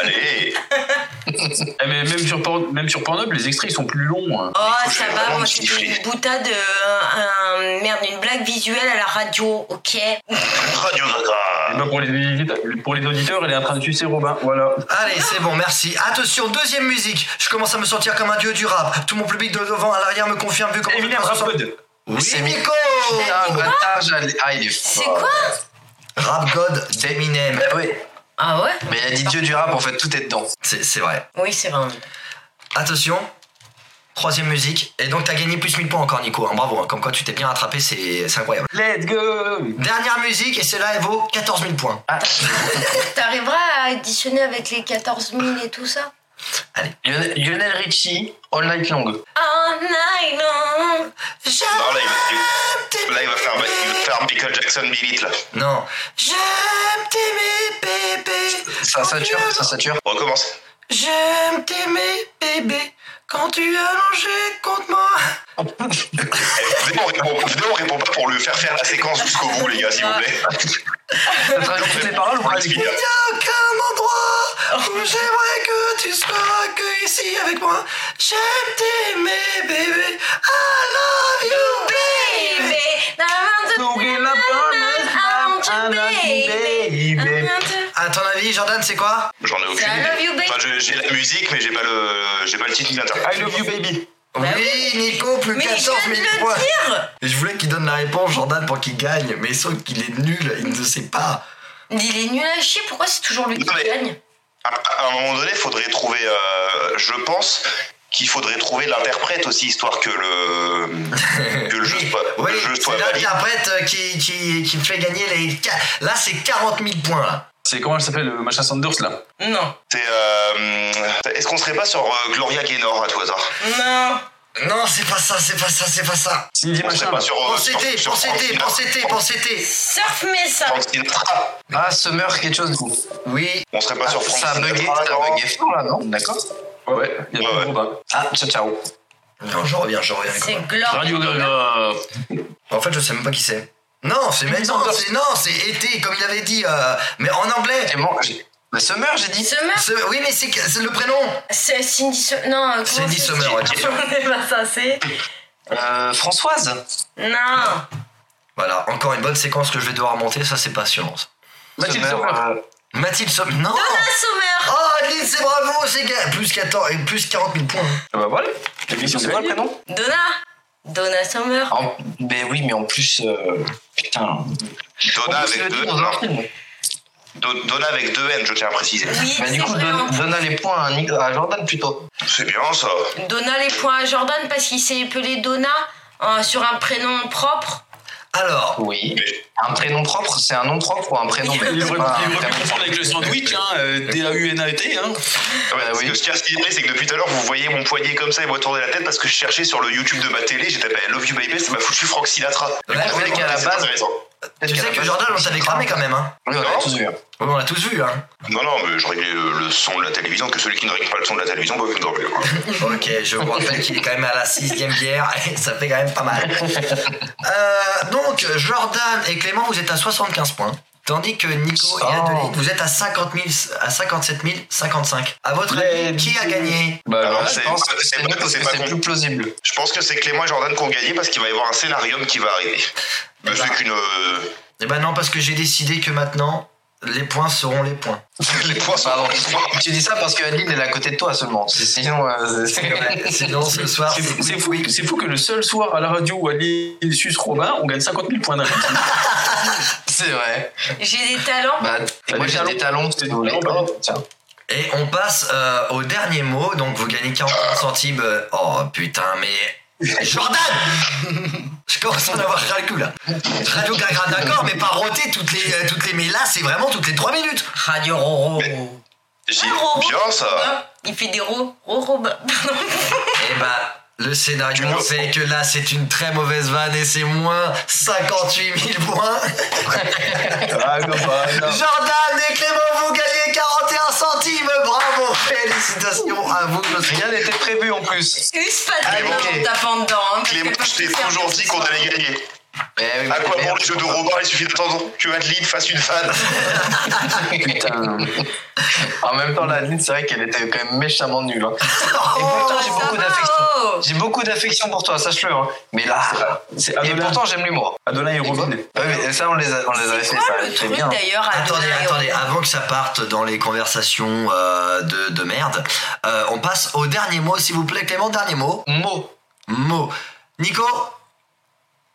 Allez, Eh, mais même sur, Porn- même sur Pornhub, les extraits ils sont plus longs. hein. Oh, je ça vais va, vraiment moi me c'était gifler. une boutade, euh, un, un- merde, une blague visuelle à la radio, ok Radio Et Gaga. ben, pour, les auditeurs, pour les auditeurs, elle est en train de sucer Robin. Voilà. allez, c'est bon, merci. Attention, deuxième musique. Je commence à me sentir comme un dieu du rap. Tout mon public de devant à l'arrière me confirme vu comment... Eminem Rapod. Oui, C'est mi- Nico Putain, le bâtard, j'allais- Ah, il est C'est fort. quoi Rap God d'Eminem. Eh Bah oui, Ah ouais mais il a dit Dieu du rap, en fait, tout est dedans. C'est c'est vrai. Oui, c'est vrai. Attention, troisième musique. Et donc t'as gagné plus 1000 points encore Nico, hein, bravo. hein. Comme quoi tu t'es bien rattrapé, c'est c'est incroyable. Let's go Dernière musique, et celle-là elle vaut 14 000 points. Ah, T'arriveras à additionner avec les 14 000 et tout ça Lionel, Lionel Richie, All Night Long. All night long Je Non, là, il va, là, il va faire, il va faire Michael Jackson Billit, là. Non. J'aime t'aimer, bébé. Ça sature, ça sature. Recommence. J'aime t'aimer, bébé. Quand tu es allongé contre moi. Eh, Venez, on répond, venez, on répond pas pour lui faire faire la séquence jusqu'au bout, les gars, s'il vous plaît. Ça te rajoute les paroles ou pas Merci, les gars. Il n'y a aucun endroit où j'aimerais que tu sois que ici avec moi. J'aime t'aimer, bébé. I love you, baby. Baby, na, na, na, I want you, baby. Na, na, na. À ton avis, Jordan, c'est quoi J'en ai C'est aucune I idée. love you, baby. Enfin, je- j'ai la musique, mais j'ai pas le, j'ai pas le titre ni l'interprète. I love you, baby. Oui, Nico, plus Bah Mais 14 je 000 viens de points. le dire Et je voulais qu'il donne la réponse, Jordan, pour qu'il gagne. Mais sauf qu'il est nul, il ne sait pas. Il est nul à chier, pourquoi c'est toujours lui qui Non, mais- gagne À, à un moment donné, faudrait trouver, euh, je pense qu'il faudrait trouver l'interprète aussi, histoire que le, que le jeu soit, Oui, le jeu soit c'est valide. l'interprète euh, qui, qui, qui fait gagner les. ca- Là, c'est 40 000 points. Là. C'est comment elle s'appelle, le machin Sanders là Non. C'est, euh, est-ce qu'on serait pas sur euh, Gloria Gaynor à tout hasard Non. Non, c'est pas ça, c'est pas ça, c'est pas ça. Cindy On serait machin. pas là. sur. euh, sur- Pensez-té, sur pensez-té, Frank Sinatra- pensez-té, pensez-té. Surf mais ça Frank Sinatra. Ah, Summer, quelque chose. Oui, On serait pas Ah, sur Frank ça a bugué, Sinatra, ça non a bugué fort là, non D'accord Ouais, ouais. Il y a plus Ouais, ouais. de Robin. Ah, ciao, ciao. non, je reviens, je reviens. quand C'est même. Radio euh, glorieux. Gaga. En fait, je sais même pas qui c'est. Non, c'est mais non, c'est non, c'est été, comme il avait dit, euh, mais en anglais. Et bon, j'ai- bah, Summer, j'ai dit. Summer, Ce- oui, mais c'est que- c'est le prénom. c'est Cindy Summer. Non, comment Cindy Summer, ouais, tiens. Je pas ça, c'est. Euh, Françoise Non. Voilà, encore une bonne séquence que je vais devoir monter. Ça, c'est passionnant. ça. Mathilde Summer. euh, Mathilde Somme. Non. Donna Summer. Oh, Adeline, c'est bravo, c'est ga- plus 14 et plus 40 000 points. Ah bah voilà. C'est quoi le prénom Donna. Donna Summer. Ah, Mais oui, mais en plus. euh, Putain. Donna En plus, avec le deux, hein. titre d'un film. Do- Donna avec deux N, je tiens à préciser. Oui, Bah, c'est du coup, vrai. donne, hein. donna les points à, Nick- à Jordan plutôt. C'est bien ça. Donna les points à Jordan parce qu'il s'est appelé Donna euh, sur un prénom propre. Alors, Oui. Un prénom propre, c'est un nom propre ou un prénom Il mais Il c'est aurait pas pu- il un aurait pu prénom confondre avec le sandwich, hein, euh, D-A-U-N-A-E-T, hein. Ah ouais, Bah parce oui. que ce qui a sidéré, c'est que depuis tout à l'heure, vous voyez mon poignet comme ça et moi tourner la tête parce bah, que je cherchais sur le YouTube de ma télé, j'ai tapé I Love You Baby, ça m'a foutu Frank Sinatra. Du Là, coup, le je mec, à la c'est base- intéressant. Tu sais que Jordan, on t'avait cramé quand même. Hein. Oui, Ah. on l'a tous vu. Oui, on l'a tous vu. Hein. Non, non, mais je réglais euh, le, le son de la télévision, que celui qui ne règle pas le son de la télévision doit une dormir. Ok, je vous rappelle qu'il est quand même à la sixième bière et ça fait quand même pas mal. Euh, donc, Jordan et Clément, vous êtes à 75 points. Tandis que Nico et Adeline, vous êtes à, 50 000, à 57 055. À votre avis, qui a gagné Bah, Alors, voilà. c'est- Je pense c'est- que c'est c'est pas- nous parce c'est que pas c'est con. plus plausible. Je pense que c'est Clément et Jordan qui ont gagné parce qu'il va y avoir un scénarium qui va arriver. Mais Bah, c'est qu'une. euh, ben, Eh ben non, parce que j'ai décidé que maintenant, les points seront les points. les points sont. Pardon. Tu dis ça parce que Adeline elle est à côté de toi seulement. C'est- Sinon, euh, c'est- Sinon, ce soir, C'est fou, c'est c'est fou, c'est fou que le seul soir à la radio où Ali suce Robin, on gagne 50 000 points d'un coup. c'est vrai. J'ai des talents. Bah, et T'as moi des j'ai des talons. si vous voulez. Non, bah, Oh, tiens. Et on passe euh, au dernier mot, donc vous gagnez 41 centimes. euh, Oh putain, mais. Jordan Je commence à en avoir ras le cul là. Radio Gagra, d'accord, mais pas roté toutes les, euh, toutes les. Mais là, c'est vraiment toutes les 3 minutes. Radio Roro. J'ai- Ah, Bien ça. Hein Il fait des ro, ro, ro, bah, pardon. Et bah. Le scénario, Tu me- c'est que là, c'est une très mauvaise vanne et c'est moins 58 000 points. Ah, non, bah, non. Jordan et Clément, vous gagnez 41 centimes. Bravo, félicitations à vous. je suis- Rien n'était prévu en plus. Use pas ta Allez, main ok. en tapant dedans. hein, parce Clément, que je t'ai parce que toujours c'est dit qu'on allait gagner. Mais Eh oui, À mais quoi bon merde, le jeu de Robin Il suffit d'attendre que Adeline fasse une fan. Putain. En même temps, la Adeline, c'est vrai qu'elle était quand même méchamment nulle. hein. Et pourtant, j'ai ça beaucoup va, d'affection. oh. J'ai beaucoup d'affection pour toi, sache-le. hein. Mais là, C'est et Adolin. pourtant, j'aime l'humour. Adolin et Robin. Ouais, mais ça, on les, a- on les avait fait. Quoi, ça, le très truc bien. d'ailleurs à Ah, Attendez, Donaire attendez, avant que ça parte dans les conversations euh, de, de merde, euh, on passe au dernier mot, s'il vous plaît, Clément, dernier mot. Mot. Mot. Nico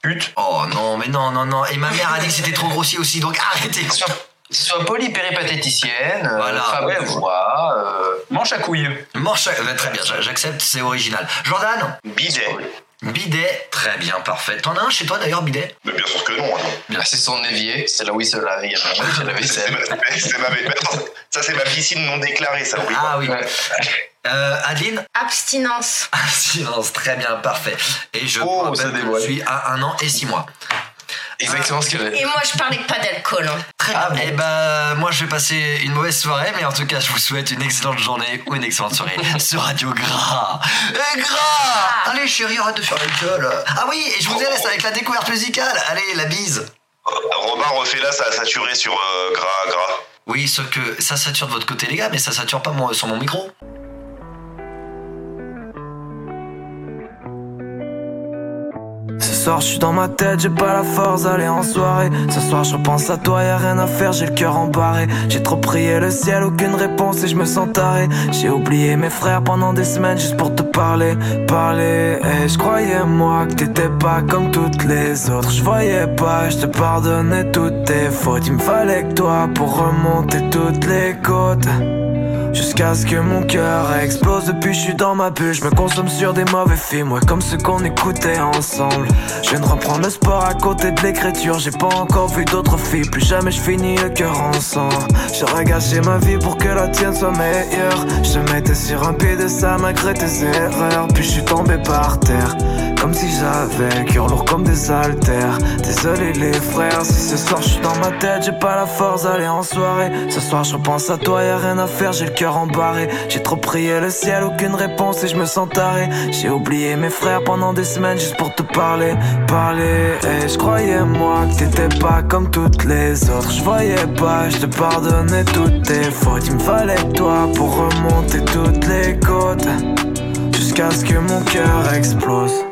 Pute. Oh non, mais non, non, non. Et ma mère a dit que c'était trop grossier aussi, donc arrêtez. Sois, sois polypéripatéticienne, euh, Voilà. femme de joie, euh, Manche à couilles. Manche à- bah, Très bien, j'a- j'accepte, c'est original. Jordan Bidet. Bidet, très bien, parfait. T'en as un chez toi d'ailleurs, bidet Mais bien sûr que non. hein. là, c'est son évier, c'est là où il se lave, il y a vraiment la C'est vaisselle. ma, c'est ma- mais attends, ça, c'est ma piscine non déclarée, ça, oui. Ah oui. Ouais. Euh, Adeline Abstinence. Ah, Silence, très bien, parfait. Et je Oh, vous rappelle ça que dévoile. je suis à un an et six mois. Exactement ce que j'ai dit. Et moi, je parlais pas d'alcool. hein. Très bien. Eh ben, moi, je vais passer une mauvaise soirée, mais en tout cas, je vous souhaite une excellente journée ou une excellente soirée sur Radio Gras. Et gras Allez, chérie, arrête de faire la gueule. Ah oui, et je vous laisse avec la découverte musicale. Allez, la bise. Robin refait là, ça a saturé sur euh, gras, gras. Oui, sauf que ça sature de votre côté, les gars, mais ça sature pas mon- sur mon micro. Ce soir, je suis dans ma tête, j'ai pas la force d'aller en soirée. Ce soir, je repense à toi, y a rien à faire, j'ai le cœur embarré. J'ai trop prié le ciel, aucune réponse et je me sens taré. J'ai oublié mes frères pendant des semaines juste pour te parler, parler. Et je croyais moi que t'étais pas comme toutes les autres. Je voyais pas, je te pardonnais toutes tes fautes. Il me fallait que toi pour remonter toutes les côtes. Jusqu'à ce que mon cœur explose Depuis je suis dans ma bulle Je me consomme sur des mauvais films Ouais comme ceux qu'on écoutait ensemble Je viens de reprendre le sport à côté de l'écriture J'ai pas encore vu d'autres filles Plus jamais je finis le cœur en sang J'aurais gâché ma vie pour que la tienne soit meilleure Je te mettais sur un pied de ça malgré tes erreurs Puis je suis tombé par terre comme si j'avais le cœur lourd comme des haltères Désolé les frères Si ce soir je suis dans ma tête J'ai pas la force d'aller en soirée Ce soir je repense à toi y a rien à faire J'ai le cœur embarré J'ai trop prié le ciel Aucune réponse et je me sens taré J'ai oublié mes frères pendant des semaines Juste pour te parler Parler Et je croyais moi que t'étais pas comme toutes les autres Je voyais pas Je te pardonnais toutes tes fautes Il me fallait que toi pour remonter toutes les côtes Jusqu'à ce que mon cœur explose